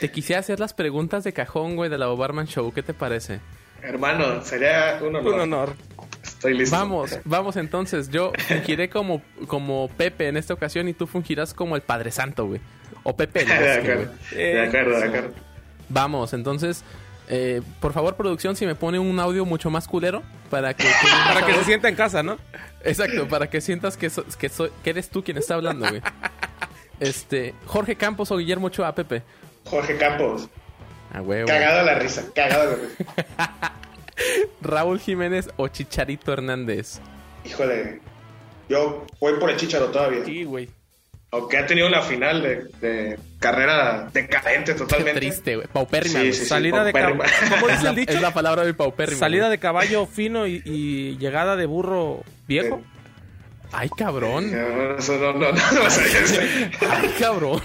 Speaker 2: te quisiera hacer las preguntas de cajón, güey, de la Bob Barman Show. ¿Qué te parece?
Speaker 3: Hermano, sería un honor.
Speaker 1: Un honor.
Speaker 3: Estoy listo.
Speaker 2: Vamos, vamos entonces. Yo fungiré como, como Pepe en esta ocasión y tú fungirás como el Padre Santo, güey. O Pepe. el
Speaker 3: *laughs* De
Speaker 1: *laughs*
Speaker 2: Bosque,
Speaker 3: acuerdo,
Speaker 2: güey.
Speaker 3: de acuerdo, de acuerdo.
Speaker 2: Vamos, entonces, eh, por favor, producción, si me pone un audio mucho más culero
Speaker 1: *laughs*
Speaker 2: para que... tenga
Speaker 1: Para que
Speaker 2: sabor.
Speaker 1: se sienta en casa, ¿no?
Speaker 2: Exacto, para que sientas que, so- que, so- que eres tú quien está hablando, güey. Este, Jorge Campos o Guillermo Ochoa, Pepe.
Speaker 3: Jorge Campos,
Speaker 2: A huevo.
Speaker 3: cagado la risa, cagado la risa.
Speaker 2: *laughs* Raúl Jiménez o Chicharito Hernández.
Speaker 3: Híjole, yo voy por el chicharo todavía.
Speaker 1: Sí, güey.
Speaker 3: Aunque ha tenido una final de, de carrera decadente totalmente.
Speaker 2: Triste, güey. Paupérrima,
Speaker 3: Sí,
Speaker 2: güey.
Speaker 3: sí, sí.
Speaker 1: Salida de
Speaker 3: paupérrima.
Speaker 1: caballo. ¿Cómo
Speaker 2: Es,
Speaker 1: dice
Speaker 2: la,
Speaker 1: el dicho?
Speaker 2: es la palabra del paupérrima.
Speaker 1: Salida
Speaker 2: güey.
Speaker 1: de caballo fino y, y llegada de burro viejo.
Speaker 2: Ay, cabrón.
Speaker 3: No, eso no, *laughs* no, no, no, o sea, ya sé.
Speaker 2: Ay, cabrón.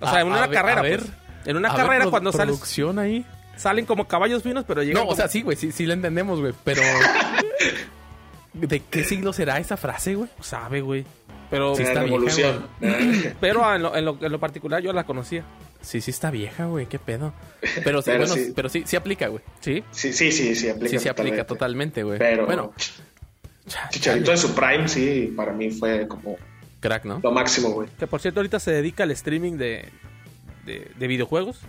Speaker 1: O sea, en
Speaker 2: A-
Speaker 1: una
Speaker 2: a ver-
Speaker 1: carrera.
Speaker 2: a ver.
Speaker 1: pues. En una
Speaker 2: A ver,
Speaker 1: carrera,
Speaker 2: produ-
Speaker 1: cuando sales,
Speaker 2: producción ahí.
Speaker 1: salen como caballos finos, pero llegan.
Speaker 2: No, o sea, sí, güey, sí, sí la entendemos, güey,
Speaker 3: *laughs*
Speaker 2: pero... ¿De qué siglo será esa frase, güey?
Speaker 1: como- sabe, güey. Pero,
Speaker 2: Sí,
Speaker 3: Una
Speaker 2: está bien,
Speaker 3: revolución.
Speaker 1: pero en, lo, en lo- en lo particular yo la conocía.
Speaker 2: Sí, sí está vieja, güey, qué pedo.
Speaker 3: *laughs*
Speaker 2: Pero sí,
Speaker 3: Pero
Speaker 2: bueno,
Speaker 3: sí.
Speaker 2: pero sí, sí aplica, güey.
Speaker 1: Sí.
Speaker 3: Sí, sí, sí, sí, aplica.
Speaker 2: Sí se aplica totalmente, güey.
Speaker 3: Pero
Speaker 2: Bueno,
Speaker 3: bueno. Chicharito en su prime, sí, para mí fue como
Speaker 2: crack, ¿no?
Speaker 3: lo máximo, güey. *laughs*
Speaker 1: Que por cierto, ahorita se dedica al streaming de, de, de videojuegos.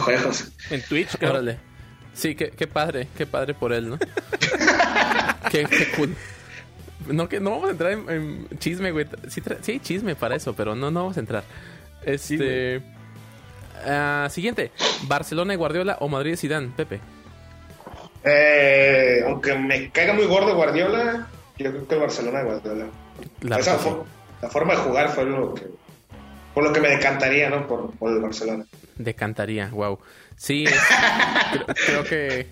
Speaker 3: Juegos.
Speaker 1: En Twitch, creo.
Speaker 2: Órale. Sí, qué, qué padre, qué padre por él,
Speaker 3: *laughs*
Speaker 2: ¿no? qué, qué cool. No, que no vamos a entrar en, en chisme, güey. Sí, tra- sí hay chisme para eso, pero no, no vamos a entrar. Este. ah, siguiente. Barcelona y Guardiola o Madrid y Zidane, Pepe.
Speaker 3: Eh, aunque me caiga muy gordo Guardiola, yo creo que el Barcelona de Guardiola.
Speaker 2: La
Speaker 3: Esa
Speaker 2: verdad,
Speaker 3: fo- la forma de jugar fue lo que, por lo que me decantaría, ¿no? Por, por el Barcelona.
Speaker 2: Decantaría, wow. Sí, es- *laughs* creo, creo que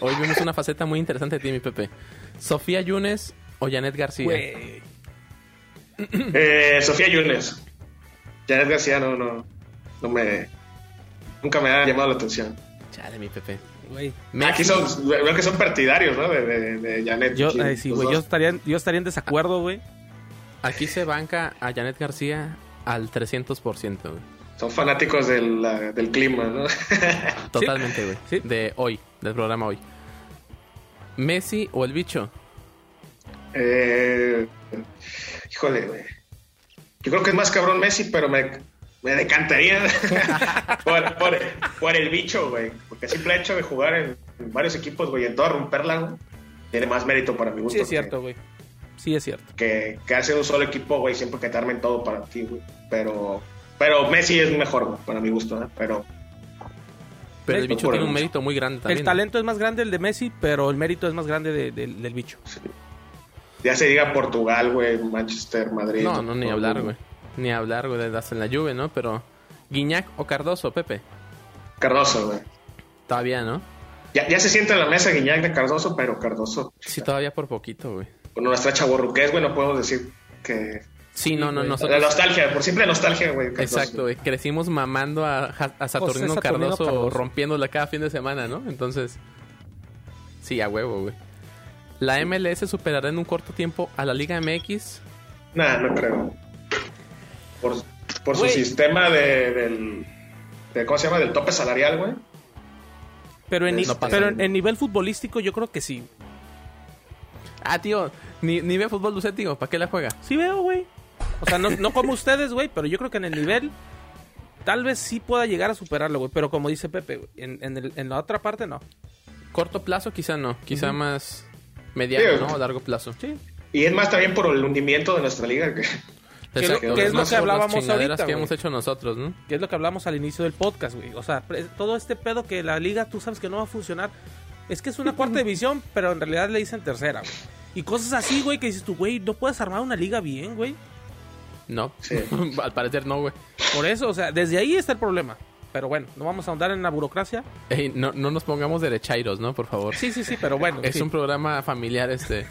Speaker 2: hoy vimos una faceta muy interesante de ti, mi Pepe. Sofía Yunes o Janet García.
Speaker 1: Güey. Hmm.
Speaker 3: Eh, Sofía Yunes. Janet García no, no, no me... Nunca me ha llamado la atención.
Speaker 2: Chale, mi Pepe.
Speaker 1: Güey.
Speaker 3: Aquí
Speaker 2: Messi,
Speaker 3: son, veo que son partidarios, ¿no? De, de, de Janet.
Speaker 1: Yo,
Speaker 3: Aquí,
Speaker 1: eh, sí,
Speaker 3: los
Speaker 1: güey. Yo
Speaker 3: dos.
Speaker 1: estaría, en- yo estaría en desacuerdo, güey.
Speaker 2: aquí se banca a Janet García al 300%, güey.
Speaker 3: Son fanáticos del, la- del clima, ¿no?
Speaker 2: Totalmente, güey.
Speaker 1: Sí.
Speaker 2: De hoy, del programa hoy. Messi o el bicho.
Speaker 3: Eh, híjole, güey. Yo creo que es más cabrón Messi, pero me, me decantaría *laughs* por, por- por el bicho, güey. Porque el simple hecho de jugar en, en varios equipos, güey, en toda romperla, güey, tiene más mérito para mi gusto.
Speaker 1: Sí, es cierto, güey. Sí, es cierto.
Speaker 3: Que, que hace un solo equipo, güey, siempre quedarme en todo para ti, güey. Pero, pero Messi es mejor, güey, para mi gusto, ¿eh? Pero
Speaker 2: Pero el
Speaker 3: Mérito
Speaker 2: bicho
Speaker 3: por
Speaker 2: tiene
Speaker 3: el
Speaker 2: un
Speaker 3: bicho.
Speaker 2: mérito muy grande también.
Speaker 1: El talento es más grande el de Messi, pero el mérito es más grande de- del- del bicho.
Speaker 3: ya se diga Portugal, güey, Manchester, Madrid.
Speaker 2: No, no, ni
Speaker 3: todo,
Speaker 2: hablar, güey. Ni hablar, güey, de en la lluvia, ¿no? Pero Guiñac o Cardoso, Pepe.
Speaker 3: Cardoso, güey.
Speaker 2: Todavía, ¿no?
Speaker 3: Ya, ya se sienta en la mesa Guiñac de Cardoso, pero Cardoso
Speaker 2: Sí, todavía por poquito, güey.
Speaker 3: con nuestra chaborruqués, güey, no podemos decir que...
Speaker 2: Sí, no, no,
Speaker 1: güey.
Speaker 2: nosotros.
Speaker 3: La nostalgia, por simple nostalgia, güey. Cardoso.
Speaker 2: Exacto, güey. Crecimos mamando a, Ja- a Saturnino,
Speaker 1: José Saturnino
Speaker 2: Cardoso,
Speaker 1: Cardoso.
Speaker 2: rompiéndola cada fin de semana, ¿no? Entonces, sí, a huevo, güey. ¿La MLS superará en un corto tiempo a la Liga MX?
Speaker 3: Nah, no creo. Por, por su
Speaker 1: Güey.
Speaker 3: sistema de, del... de- ¿Cómo se llama? Del tope salarial, güey.
Speaker 1: Pero en, ni-
Speaker 3: No pasa
Speaker 1: pero
Speaker 3: nada.
Speaker 1: en nivel futbolístico yo creo que sí.
Speaker 2: Ah, tío, ni, ni ve fútbol Lucet, tío. ¿Para qué la juega?
Speaker 1: Sí veo, güey. O sea, no, no como ustedes, güey, pero yo creo que en el nivel tal vez sí pueda llegar a superarlo, güey. Pero como dice Pepe, güey, en, en el- en la otra parte no.
Speaker 2: Corto plazo, quizá no. Quizá más mediano,
Speaker 3: Sí.
Speaker 2: ¿no? O largo plazo.
Speaker 1: Sí.
Speaker 3: Y es más también por el hundimiento de nuestra liga, que *laughs*
Speaker 1: Que
Speaker 2: Exacto,
Speaker 1: lo- que es
Speaker 2: no
Speaker 1: lo que
Speaker 2: por las
Speaker 1: hablábamos
Speaker 2: chingaderas
Speaker 1: ahorita,
Speaker 2: que
Speaker 1: güey.
Speaker 2: hemos hecho nosotros, ¿no?
Speaker 1: Que es lo que hablamos al inicio del podcast, güey. O sea, pre- todo este pedo que la liga tú sabes que no va a funcionar. Es que es una cuarta división, pero en realidad le dicen tercera, güey. Y cosas así, güey, que dices tú, güey, no puedes armar una liga bien, güey.
Speaker 2: No.
Speaker 3: Sí.
Speaker 2: *laughs* Al parecer no, güey.
Speaker 1: Por eso, o sea, desde ahí está el problema. Pero bueno, no vamos a ahondar en la burocracia.
Speaker 2: Ey, no, no nos pongamos derechairos, ¿no? Por favor.
Speaker 1: Sí, sí, sí, pero bueno.
Speaker 2: *laughs* Es
Speaker 1: sí.
Speaker 2: un programa familiar *laughs* este.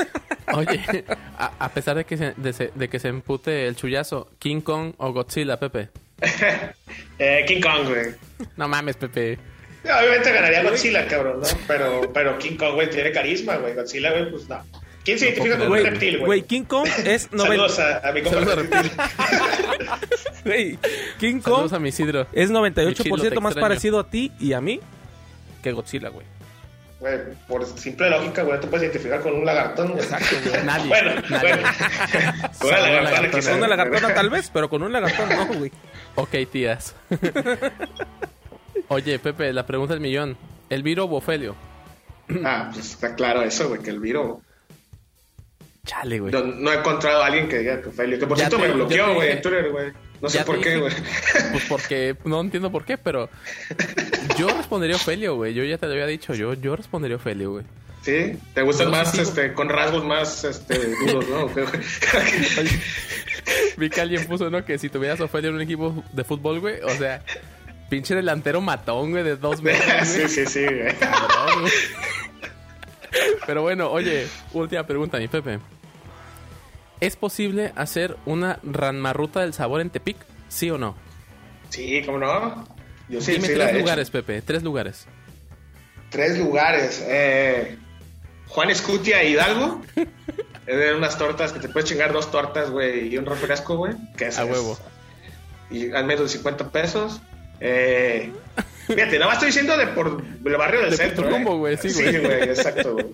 Speaker 2: Oye, a, a pesar de que, se, de, se- de que se empute el chullazo, King Kong o Godzilla, Pepe.
Speaker 3: Eh, King Kong, güey.
Speaker 2: No mames, Pepe.
Speaker 3: No, Obviamente ganaría Godzilla, cabrón, ¿no? Pero, pero King Kong, güey, tiene carisma, güey. Godzilla, güey, pues no. ¿Quién se identifica con un
Speaker 1: Güey,
Speaker 3: reptil,
Speaker 1: güey,
Speaker 3: güey?
Speaker 1: King Kong
Speaker 2: *laughs*
Speaker 1: es
Speaker 3: Saludos
Speaker 1: 90.
Speaker 3: a, a mi compa reptil.
Speaker 1: *laughs* Güey, King Kong
Speaker 2: Saludos a mi Isidro.
Speaker 1: es
Speaker 2: Michilo, te
Speaker 1: 98% más
Speaker 2: extraño.
Speaker 1: parecido a ti y a mí que Godzilla, güey.
Speaker 3: Güey, por simple lógica, güey, no te puedes identificar con un lagartón, güey. *laughs*
Speaker 2: Nadie.
Speaker 3: Bueno,
Speaker 2: nadie. *laughs*
Speaker 3: bueno. Con una
Speaker 2: Saludos,
Speaker 3: lagartona,
Speaker 2: lagartona.
Speaker 3: quizá.
Speaker 1: Con una lagartona tal vez, pero con un lagartón no, güey.
Speaker 2: Ok, *laughs* tías. Oye, Pepe, la pregunta del millón. ¿Elviro o Bofelio?
Speaker 3: Ah, pues está claro eso, güey, que el viro.
Speaker 2: Chale, güey.
Speaker 3: No, no he encontrado a alguien que diga que Felio. Que por
Speaker 2: Ya
Speaker 3: cierto
Speaker 2: te-
Speaker 3: me
Speaker 2: ya te
Speaker 3: bloqueó, güey,
Speaker 2: dije.
Speaker 3: en Twitter, güey. No
Speaker 2: Ya
Speaker 3: sé
Speaker 2: te
Speaker 3: por qué,
Speaker 2: dije.
Speaker 3: güey. *laughs*
Speaker 2: Pues porque, no entiendo por qué, pero yo respondería Ofelio, güey. Yo ya te lo había dicho, yo, yo respondería Ofelio, güey.
Speaker 3: Sí, te gustan
Speaker 2: Yo sí
Speaker 3: más,
Speaker 2: sigo.
Speaker 3: este, con rasgos más, este, duros,
Speaker 2: *laughs*
Speaker 3: ¿no? *laughs* ¿O qué, güey?
Speaker 2: Oye, vi que alguien puso, ¿no? Que si tuvieras a Ofelio en un equipo de fútbol, güey, o sea, pinche delantero matón, güey, de dos metros,
Speaker 3: sí,
Speaker 2: güey.
Speaker 3: sí, sí, güey.
Speaker 2: Cabrón, güey. Pero bueno, oye, última pregunta, mi Pepe. ¿Es posible hacer una ranmarruta del sabor en Tepic? ¿Sí o no?
Speaker 3: Sí, ¿cómo no? Yo sí,
Speaker 2: Dime
Speaker 3: sí la he
Speaker 2: tres
Speaker 3: hecho.
Speaker 2: lugares, Pepe, tres lugares.
Speaker 3: Tres lugares. Eh, Juan Escutia
Speaker 2: *laughs*
Speaker 3: e Hidalgo. Es de unas tortas que te puedes chingar dos tortas, güey, y un refresco, güey. Que es,
Speaker 2: A huevo.
Speaker 3: Y al menos de 50 pesos. Eh, fíjate, nada más estoy diciendo de por el barrio del
Speaker 2: De
Speaker 3: centro.
Speaker 2: Putumbo,
Speaker 3: eh.
Speaker 2: güey, sí, güey.
Speaker 3: exacto, güey.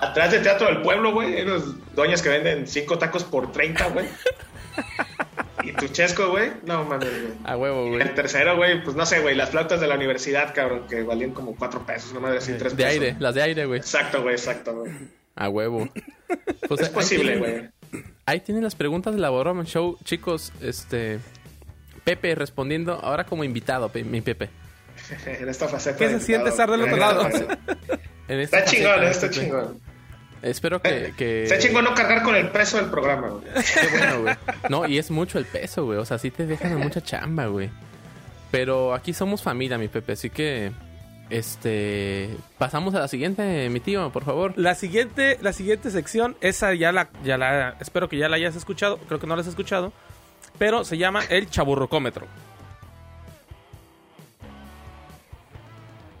Speaker 3: Atrás del Teatro del Pueblo, güey, hay unas doñas que venden cinco tacos por
Speaker 2: *laughs*
Speaker 3: 30, güey. Y tu chesco, güey. No mames, güey.
Speaker 2: A huevo, güey.
Speaker 3: El tercero, güey, pues no sé, güey, las flautas de la universidad, cabrón, que valían como cuatro pesos, no me decir tres
Speaker 2: De
Speaker 3: pesos.
Speaker 2: aire, las de aire, güey.
Speaker 3: Exacto, güey, exacto, güey.
Speaker 2: A huevo. Pues
Speaker 3: Es
Speaker 2: ahí
Speaker 3: posible,
Speaker 2: tienen-
Speaker 3: güey. *laughs*
Speaker 2: Ahí tienen las preguntas de la Borroman Show, chicos. Este. Pepe respondiendo ahora como invitado, pe- mi Pepe.
Speaker 3: En esta faceta.
Speaker 1: ¿Qué
Speaker 3: de
Speaker 1: se siente
Speaker 3: invitado.
Speaker 1: estar del otro lado?
Speaker 2: En esta
Speaker 3: *laughs* Está chingón,
Speaker 2: faceta,
Speaker 3: está
Speaker 2: Pepe.
Speaker 3: chingón. Eh,
Speaker 2: Espero que. que...
Speaker 3: Está chingón no cargar con el peso del programa, güey.
Speaker 2: Qué bueno, güey. No, y es mucho el peso, güey. O sea, sí te dejan en mucha chamba, güey. Pero aquí somos familia, mi Pepe. Así que. Este. Pasamos a la siguiente, mi tío, por favor.
Speaker 1: La siguiente, la siguiente sección, esa ya la, ya la, espero que ya la hayas escuchado, creo que no la has escuchado, pero se llama el chaburrocómetro.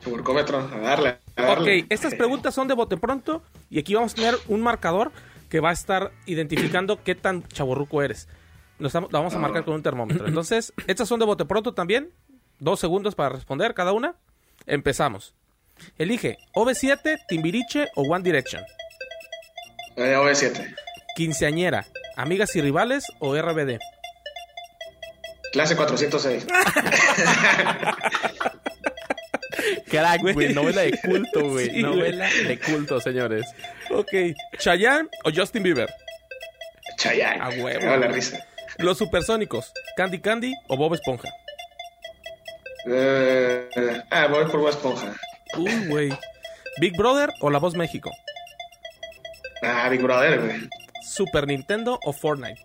Speaker 3: Burcómetro, a darle, a darle.
Speaker 1: Ok, estas preguntas son de bote pronto y aquí vamos a tener un marcador que va a estar identificando qué tan chaborruco eres. Nos tam- la vamos a marcar con un termómetro. Entonces, estas son de bote pronto también. Dos segundos para responder cada una. Empezamos. Elige OV7, Timbiriche o One Direction.
Speaker 3: Eh, OV7.
Speaker 1: Quinceañera, Amigas y Rivales o RBD.
Speaker 3: Clase 406.
Speaker 2: Crack,
Speaker 1: Güey.
Speaker 2: güey. Novela de culto, güey.
Speaker 1: Sí, güey.
Speaker 2: novela de culto, señores.
Speaker 1: Ok. Chayanne o Justin Bieber.
Speaker 3: Chayanne.
Speaker 1: A Ah, huevo.
Speaker 3: Cago en la risa.
Speaker 1: Los Supersónicos, Candy Candy o Bob Esponja.
Speaker 3: Eh, eh, ah, voy por una esponja.
Speaker 1: Uy, güey. Big Brother o La Voz México.
Speaker 3: Ah, Big Brother, güey.
Speaker 1: Super Nintendo o Fortnite.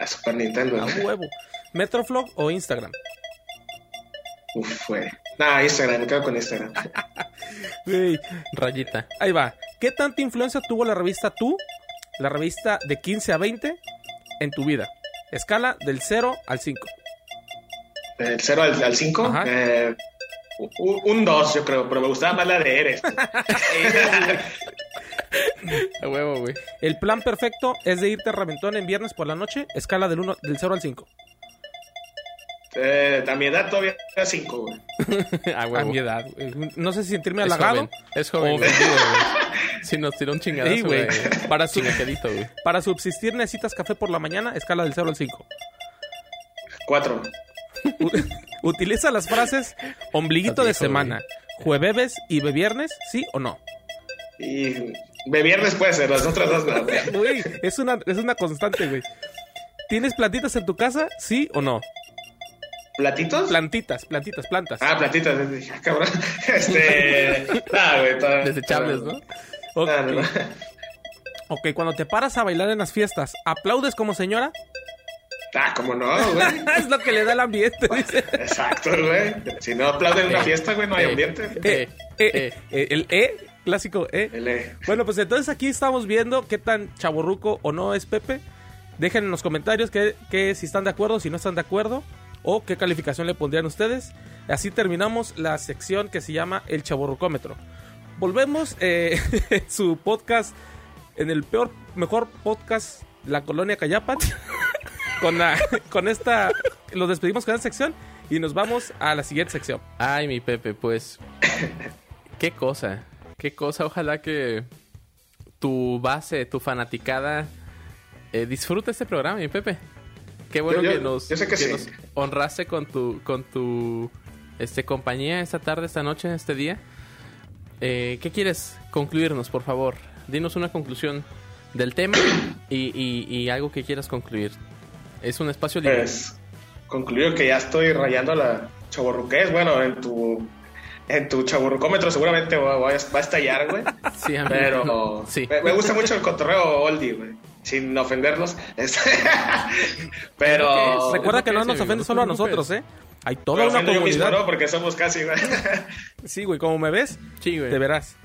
Speaker 3: A Super Nintendo.
Speaker 1: A
Speaker 3: güey.
Speaker 1: huevo. Metroflog o Instagram.
Speaker 3: Uf, güey. Nah, Instagram, me quedo con Instagram.
Speaker 1: Güey,
Speaker 2: Rayita.
Speaker 1: Ahí va. ¿Qué tanta influencia tuvo la revista Tú, la revista de 15 a 20, en tu vida? Escala del 0 al 5.
Speaker 3: Del 0 al, al 5,
Speaker 1: Ajá.
Speaker 3: eh, u- un 2, yo creo, pero me gustaba más la de Eres.
Speaker 2: A huevo, güey.
Speaker 1: El plan perfecto es de irte a Reventón en viernes por la noche. Escala del, 1, del 0 al 5.
Speaker 3: eh, a mi edad todavía era 5, güey.
Speaker 2: A
Speaker 1: A
Speaker 2: huevo.
Speaker 1: mi edad. güey. No sé si sentirme
Speaker 2: Es
Speaker 1: halagado.
Speaker 2: joven, es joven.
Speaker 1: O
Speaker 2: güey. Sí, nos tiró un chingadazo,
Speaker 1: Ey, güey.
Speaker 2: güey.
Speaker 1: Para su-
Speaker 2: Chingaquerito, güey.
Speaker 1: Para subsistir necesitas café por la mañana, escala del 0 al 5.
Speaker 3: 4.
Speaker 1: U- *laughs* Utiliza las frases ombliguito
Speaker 2: Así
Speaker 1: de
Speaker 2: dijo,
Speaker 1: semana, jueves y viernes, ¿sí o no?
Speaker 3: Y de viernes puede ser, eh, las otras dos no, güey.
Speaker 1: Güey, es una, es una constante, güey. ¿Tienes plantitas en tu casa? ¿Sí o no?
Speaker 3: ¿Platitos?
Speaker 1: Plantitas, plantitas, plantas.
Speaker 3: ah, platitos. Ah, Cabrón. *laughs* Este. Nah, güey.
Speaker 1: Ah,
Speaker 3: todavía-
Speaker 2: Desechables, ¿no?
Speaker 1: Ok.
Speaker 3: *laughs* Nah, no, no.
Speaker 1: ok, cuando te paras a bailar en las fiestas, ¿aplaudes como señora? *laughs*
Speaker 3: Ah, cómo no, güey.
Speaker 1: es lo que le da el ambiente, dice.
Speaker 3: Exacto, güey. Si no aplauden en una fiesta, güey, no hay
Speaker 2: Eh.
Speaker 3: ambiente.
Speaker 1: Eh, eh,
Speaker 2: Eh.
Speaker 1: eh, el E, clásico E.
Speaker 3: Ele.
Speaker 1: Bueno, pues entonces aquí estamos viendo qué tan chaborruco o no es Pepe. Dejen en los comentarios que, que si están de acuerdo, si no están de acuerdo, o qué calificación le pondrían ustedes. Así terminamos la sección que se llama El Chaborrucómetro. Volvemos eh, *laughs* en su podcast, en el peor, mejor podcast, La Colonia Cayapan. *laughs* con, la- con esta, los despedimos con esta sección y nos vamos a la siguiente sección.
Speaker 2: Ay, mi Pepe,
Speaker 3: *coughs*
Speaker 2: pues. qué cosa. Qué cosa. Ojalá que tu base, tu fanaticada, eh, disfrute este programa, mi Pepe. Qué bueno
Speaker 3: Yo- yo-
Speaker 2: que nos,
Speaker 3: yo sé que sí.
Speaker 2: nos honraste con tu, con tu este, compañía esta tarde, esta noche, este día. Eh, ¿Qué quieres concluirnos, por favor? Dinos una conclusión del tema y, y- y algo que quieras concluir. Es un espacio libre.
Speaker 3: Pues concluyo que ya estoy rayando la chaborruqués. Bueno, en tu en tu chaborrucómetro seguramente va, va a va a estallar,
Speaker 1: *laughs*
Speaker 3: güey.
Speaker 2: Sí, amigo.
Speaker 3: Pero
Speaker 2: *laughs*
Speaker 3: eh,
Speaker 2: Sí.
Speaker 3: me, me gusta mucho el cotorreo oldie, güey. Sin ofenderlos. Este, *laughs* pero
Speaker 2: Es lo
Speaker 1: Recuerda
Speaker 2: que
Speaker 1: que no
Speaker 2: es,
Speaker 1: nos
Speaker 2: amigo, no
Speaker 1: ofende
Speaker 2: te
Speaker 1: solo a
Speaker 2: preocupes.
Speaker 1: nosotros, ¿eh? Hay toda
Speaker 3: pero
Speaker 1: una
Speaker 3: siendo yo mismo,
Speaker 1: comunidad.
Speaker 3: ¿no? Porque somos casi, güey.
Speaker 1: Sí, güey, como me ves,
Speaker 2: Sí, güey.
Speaker 1: te verás.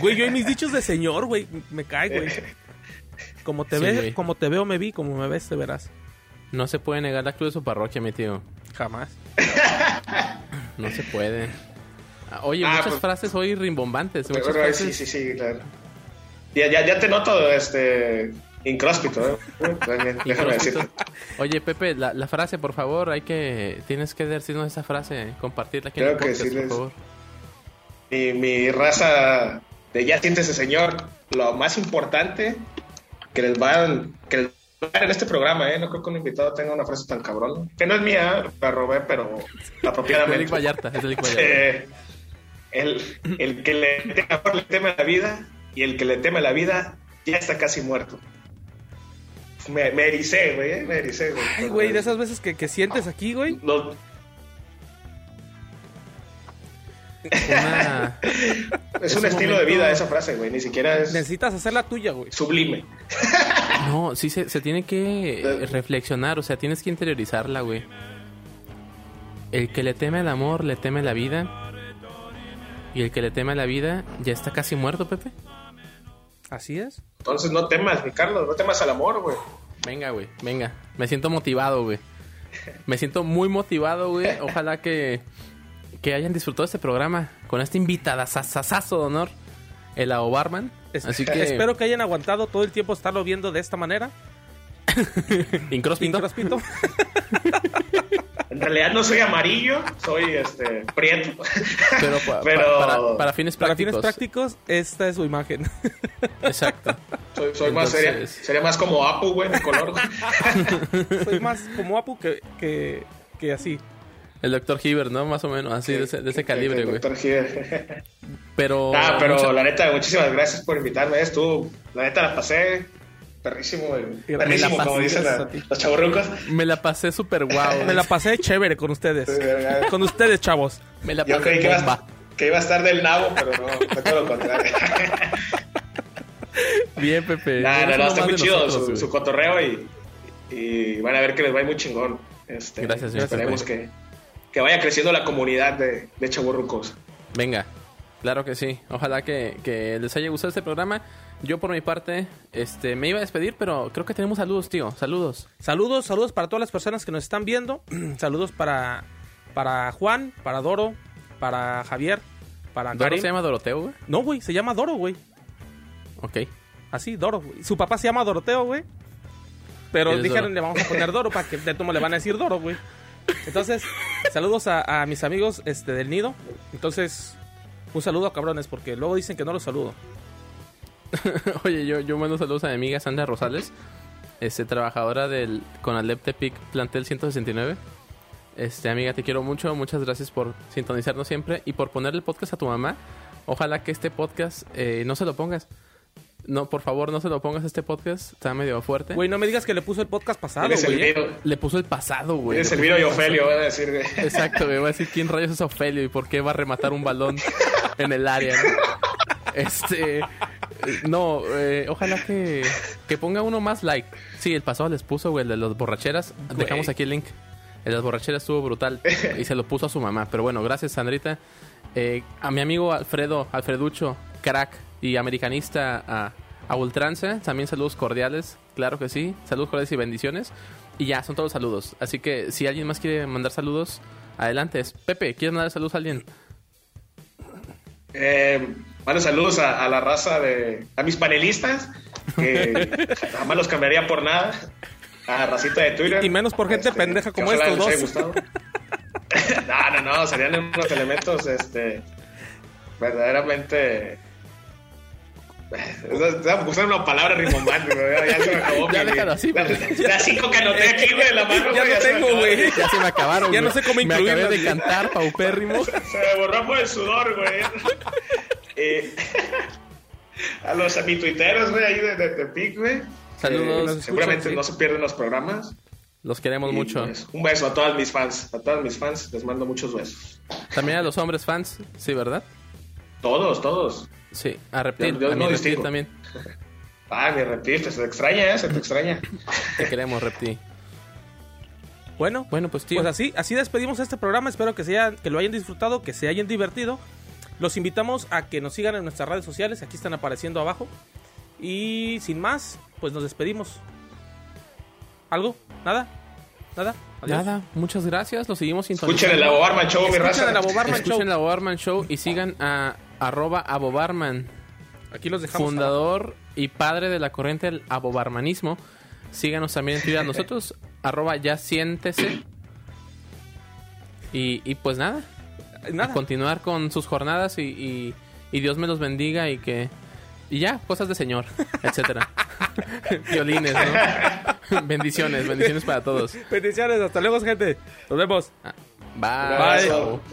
Speaker 1: Güey, yo y mis dichos de señor, güey, me cae,
Speaker 2: *laughs*
Speaker 1: güey. Como te
Speaker 2: Sí,
Speaker 1: ves,
Speaker 2: güey.
Speaker 1: como te veo, me vi, como me ves, te verás.
Speaker 2: No se puede negar la cruz de su parroquia, mi tío.
Speaker 1: Jamás.
Speaker 2: No se puede. Ah, Oye,
Speaker 3: Ah,
Speaker 2: muchas
Speaker 3: pues-
Speaker 2: frases hoy rimbombantes. Muchas
Speaker 3: Pero,
Speaker 2: frases.
Speaker 3: sí, sí, sí, claro. Ya, ya, ya te noto este incróspito,
Speaker 1: *laughs*
Speaker 3: ¿eh? También, déjame decirte.
Speaker 2: Oye, Pepe, la, la frase, por favor, hay que... Tienes que decirnos esa frase, compartirla aquí en
Speaker 3: Creo
Speaker 2: el
Speaker 3: que
Speaker 2: podcast,
Speaker 3: sí
Speaker 2: por
Speaker 3: les- *laughs*
Speaker 2: favor.
Speaker 3: mi, mi raza de ya siéntese señor, lo más importante que les van que les van a dar en este programa, ¿eh? no creo que un invitado tenga una frase tan cabrón, que no es mía, la robé, pero
Speaker 2: Félix
Speaker 3: apropiadamente.
Speaker 2: Vallarta, es Félix Vallarta.
Speaker 3: Eh, el, el que le teme, amor, le teme la vida y el que le teme la vida ya está casi muerto. Me, me ericé, güey, ¿eh? me ericé, güey.
Speaker 1: Ay, güey, de esas veces que, que sientes aquí, güey.
Speaker 3: No,
Speaker 2: Una-
Speaker 3: es,
Speaker 2: Es
Speaker 3: un
Speaker 2: un
Speaker 3: estilo de
Speaker 2: momento-
Speaker 3: vida esa frase, güey, ni siquiera es
Speaker 1: Necesitas hacer la tuya, güey.
Speaker 3: sublime.
Speaker 2: No, sí se, se tiene que eh, reflexionar, o sea, tienes que interiorizarla, güey. El que le teme al amor, le teme la vida. Y el que le teme a la vida, ya está casi muerto, Pepe.
Speaker 1: Así es.
Speaker 3: Entonces no temas, mi Carlos, no temas al amor, güey.
Speaker 2: Venga, güey, venga. Me siento motivado, güey. Me siento muy motivado,
Speaker 3: *laughs*
Speaker 2: güey. Ojalá que, que hayan disfrutado este programa con este invitada sasasazo de honor, el Ao Barman.
Speaker 1: Es-
Speaker 3: *laughs*
Speaker 2: Así que, *laughs*
Speaker 1: Espero que hayan aguantado todo el tiempo estarlo viendo de esta manera.
Speaker 2: incróspito. *laughs*
Speaker 1: Incróspito.
Speaker 3: En realidad no soy amarillo, soy este prieto. *laughs*
Speaker 2: Pero, pa- pa-
Speaker 3: Pero-
Speaker 2: para, para fines
Speaker 1: Para
Speaker 2: prácticos.
Speaker 1: fines prácticos, esta es su imagen. *laughs*
Speaker 2: Exacto.
Speaker 3: Soy, soy más seria.
Speaker 2: Entonces-
Speaker 3: Sería más como Apu, güey, mi color.
Speaker 2: *laughs*
Speaker 3: güey.
Speaker 1: Soy más como Apu que, que, que así.
Speaker 2: El Dr. Hibbert, ¿no? Más o menos, así, de ese, de ese calibre, güey.
Speaker 3: Doctor Giver.
Speaker 2: Pero...
Speaker 3: Ah, pero
Speaker 2: mucha-
Speaker 3: la neta, muchísimas gracias por invitarme. Estuvo, la neta la pasé perrísimo, güey.
Speaker 1: la
Speaker 3: Perrísimo,
Speaker 1: pasé,
Speaker 3: como dicen la-
Speaker 1: gracias a ti.
Speaker 3: los chaburrucos.
Speaker 2: Me la pasé súper guau.
Speaker 3: *laughs*
Speaker 1: Me la pasé chévere con ustedes.
Speaker 3: Sí, ¿verdad?
Speaker 1: Con ustedes, chavos.
Speaker 2: Me la
Speaker 3: Yo creí que
Speaker 2: pasé
Speaker 3: iba,
Speaker 2: bomba.
Speaker 3: a- que iba a estar del nabo, pero no, fue todo lo contrario.
Speaker 2: Bien, Pepe.
Speaker 3: Nah, no,
Speaker 2: Eres
Speaker 3: no,
Speaker 2: uno
Speaker 3: está
Speaker 2: más
Speaker 3: muy
Speaker 2: de
Speaker 3: chido
Speaker 2: nosotros,
Speaker 3: su,
Speaker 2: güey.
Speaker 3: su cotorreo y, y van a ver que les va a ir muy chingón. Este,
Speaker 2: Gracias, señor.
Speaker 3: Esperemos que, que vaya creciendo la comunidad de, de chaburrucos.
Speaker 2: Venga, claro que sí. Ojalá que, que les haya gustado este programa. Yo por mi parte, este, me iba a despedir, pero creo que tenemos saludos, tío. Saludos.
Speaker 1: Saludos, saludos para todas las personas que nos están viendo. *clears throat* saludos para, para Juan, para Doro, para Javier, para
Speaker 2: ¿Doro
Speaker 1: Karim.
Speaker 2: se llama Doroteo, güey?
Speaker 1: No, güey, se llama Doro, güey.
Speaker 2: Ok. *laughs*
Speaker 1: Así, Doro. güey. Su papá se llama Doroteo, güey. Pero
Speaker 2: Eres
Speaker 1: dijeron,
Speaker 2: Doro.
Speaker 1: le vamos a poner Doro para que de tomo le van a decir Doro, güey. Entonces, saludos a, a mis amigos este, del nido. Entonces, un saludo a cabrones, porque luego dicen que no los saludo.
Speaker 2: Oye, yo, yo mando saludos a mi amiga Sandra Rosales, este, trabajadora del Conalep Tepic Plantel 169. Este, amiga, te quiero mucho. Muchas gracias por sintonizarnos siempre y por ponerle el podcast a tu mamá. Ojalá que este podcast eh, no se lo pongas. No, por favor, no se lo pongas a este podcast. Está medio fuerte.
Speaker 1: Güey, no me digas que le puso el podcast pasado,
Speaker 3: Tienes el
Speaker 1: güey. ¿eh?
Speaker 3: vino,
Speaker 2: Le puso el pasado, güey.
Speaker 3: tienes
Speaker 2: Le
Speaker 3: el
Speaker 2: puso
Speaker 3: vino y
Speaker 2: el *laughs*
Speaker 3: Ofelio, van a decir, güey.
Speaker 2: Exacto, güey. Voy a decir quién rayos es Ofelio y por qué va a rematar un balón en el área, ¿no? Este. eh, No, eh, ojalá que, que ponga uno más like. Sí, el pasado les puso, güey, el de las borracheras. Dejamos aquí el link. El de las borracheras estuvo brutal y se lo puso a su mamá. Pero bueno, gracias, Sandrita. Eh, a mi amigo Alfredo, Alfreducho, crack y americanista a, a ultranza. También saludos cordiales, claro que sí. Saludos cordiales y bendiciones. Y ya, son todos saludos. Así que si alguien más quiere mandar saludos, adelante. Es Pepe, ¿quieres mandar saludos a alguien?
Speaker 3: Eh, bueno, saludos a, a la raza de. a mis panelistas,
Speaker 1: *laughs*
Speaker 3: que jamás los cambiaría por nada. A la racita de Twitter. Este,
Speaker 1: Y menos por gente pendeja
Speaker 3: que
Speaker 1: como
Speaker 3: ojalá
Speaker 1: estos
Speaker 3: les haya
Speaker 1: dos.
Speaker 3: gustado. *laughs* no, no, no, serían unos elementos, este. verdaderamente. eh, Vamos a usar una palabra rimbombante, güey, ya, ya se me acabó.
Speaker 2: Ya
Speaker 3: mi-
Speaker 2: déjalo así,
Speaker 3: la-
Speaker 2: güey.
Speaker 3: Las cinco que anoté aquí, güey, de la mano,
Speaker 1: pues. Ya
Speaker 3: güey,
Speaker 1: no
Speaker 3: se me
Speaker 1: tengo,
Speaker 3: acabó.
Speaker 1: güey.
Speaker 2: *laughs* Ya se me acabaron.
Speaker 1: Ya no
Speaker 2: güey.
Speaker 1: sé cómo
Speaker 2: Me acabé
Speaker 1: incluirlas,
Speaker 2: de
Speaker 1: ya.
Speaker 2: cantar, paupérrimo.
Speaker 3: Se me borró por el sudor, güey. Eh, *laughs* a los a mis tuiteros, güey, ahí de, de Tepic, güey.
Speaker 2: Saludos.
Speaker 3: Eh, seguramente
Speaker 2: Escuchan,
Speaker 3: no
Speaker 2: sí.
Speaker 3: se pierden los programas.
Speaker 2: Los queremos
Speaker 3: Y,
Speaker 2: mucho.
Speaker 3: pues, un beso a todas mis fans. A todas mis fans les mando muchos besos.
Speaker 2: También a los hombres fans, sí, ¿verdad?
Speaker 3: Todos, todos.
Speaker 2: Sí, a Reptil,
Speaker 3: Yo- yo
Speaker 2: a mi
Speaker 3: no
Speaker 2: Reptil
Speaker 3: distingo.
Speaker 2: también.
Speaker 3: Ah, mi reptil, se te extraña, ¿eh? Se
Speaker 2: *laughs*
Speaker 3: te extraña.
Speaker 2: Te queremos, Reptil.
Speaker 1: Bueno,
Speaker 2: Bueno, pues tío.
Speaker 1: Pues así, así despedimos este programa. Espero que, sea, que lo hayan disfrutado, que se hayan divertido. Los invitamos a que nos sigan en nuestras redes sociales. Aquí están apareciendo abajo. Y sin más, pues nos despedimos. ¿Algo? ¿Nada? ¿Nada? Adiós.
Speaker 2: Nada, muchas gracias. Los seguimos
Speaker 3: Escuchen el Abobarman Show, mi raza.
Speaker 1: Escuchen el Abobarman
Speaker 2: Escuchen
Speaker 1: Show.
Speaker 2: la Bobarman Show y sigan a arroba abobarman.
Speaker 1: Aquí los dejamos.
Speaker 2: fundador y padre de la corriente del abobarmanismo. Síganos también en Twitter
Speaker 1: *laughs*
Speaker 2: a nosotros, arroba ya siéntese. Y, y pues nada,
Speaker 1: Eh, Nada.
Speaker 2: a continuar con sus jornadas y, y- y Dios me los bendiga y que... Y ya, cosas de señor, etcétera. *laughs* Violines, ¿no? *laughs* bendiciones, bendiciones para todos.
Speaker 1: Bendiciones. Hasta luego, gente. Nos vemos.
Speaker 2: Ah,
Speaker 3: abrazo.
Speaker 2: Bye.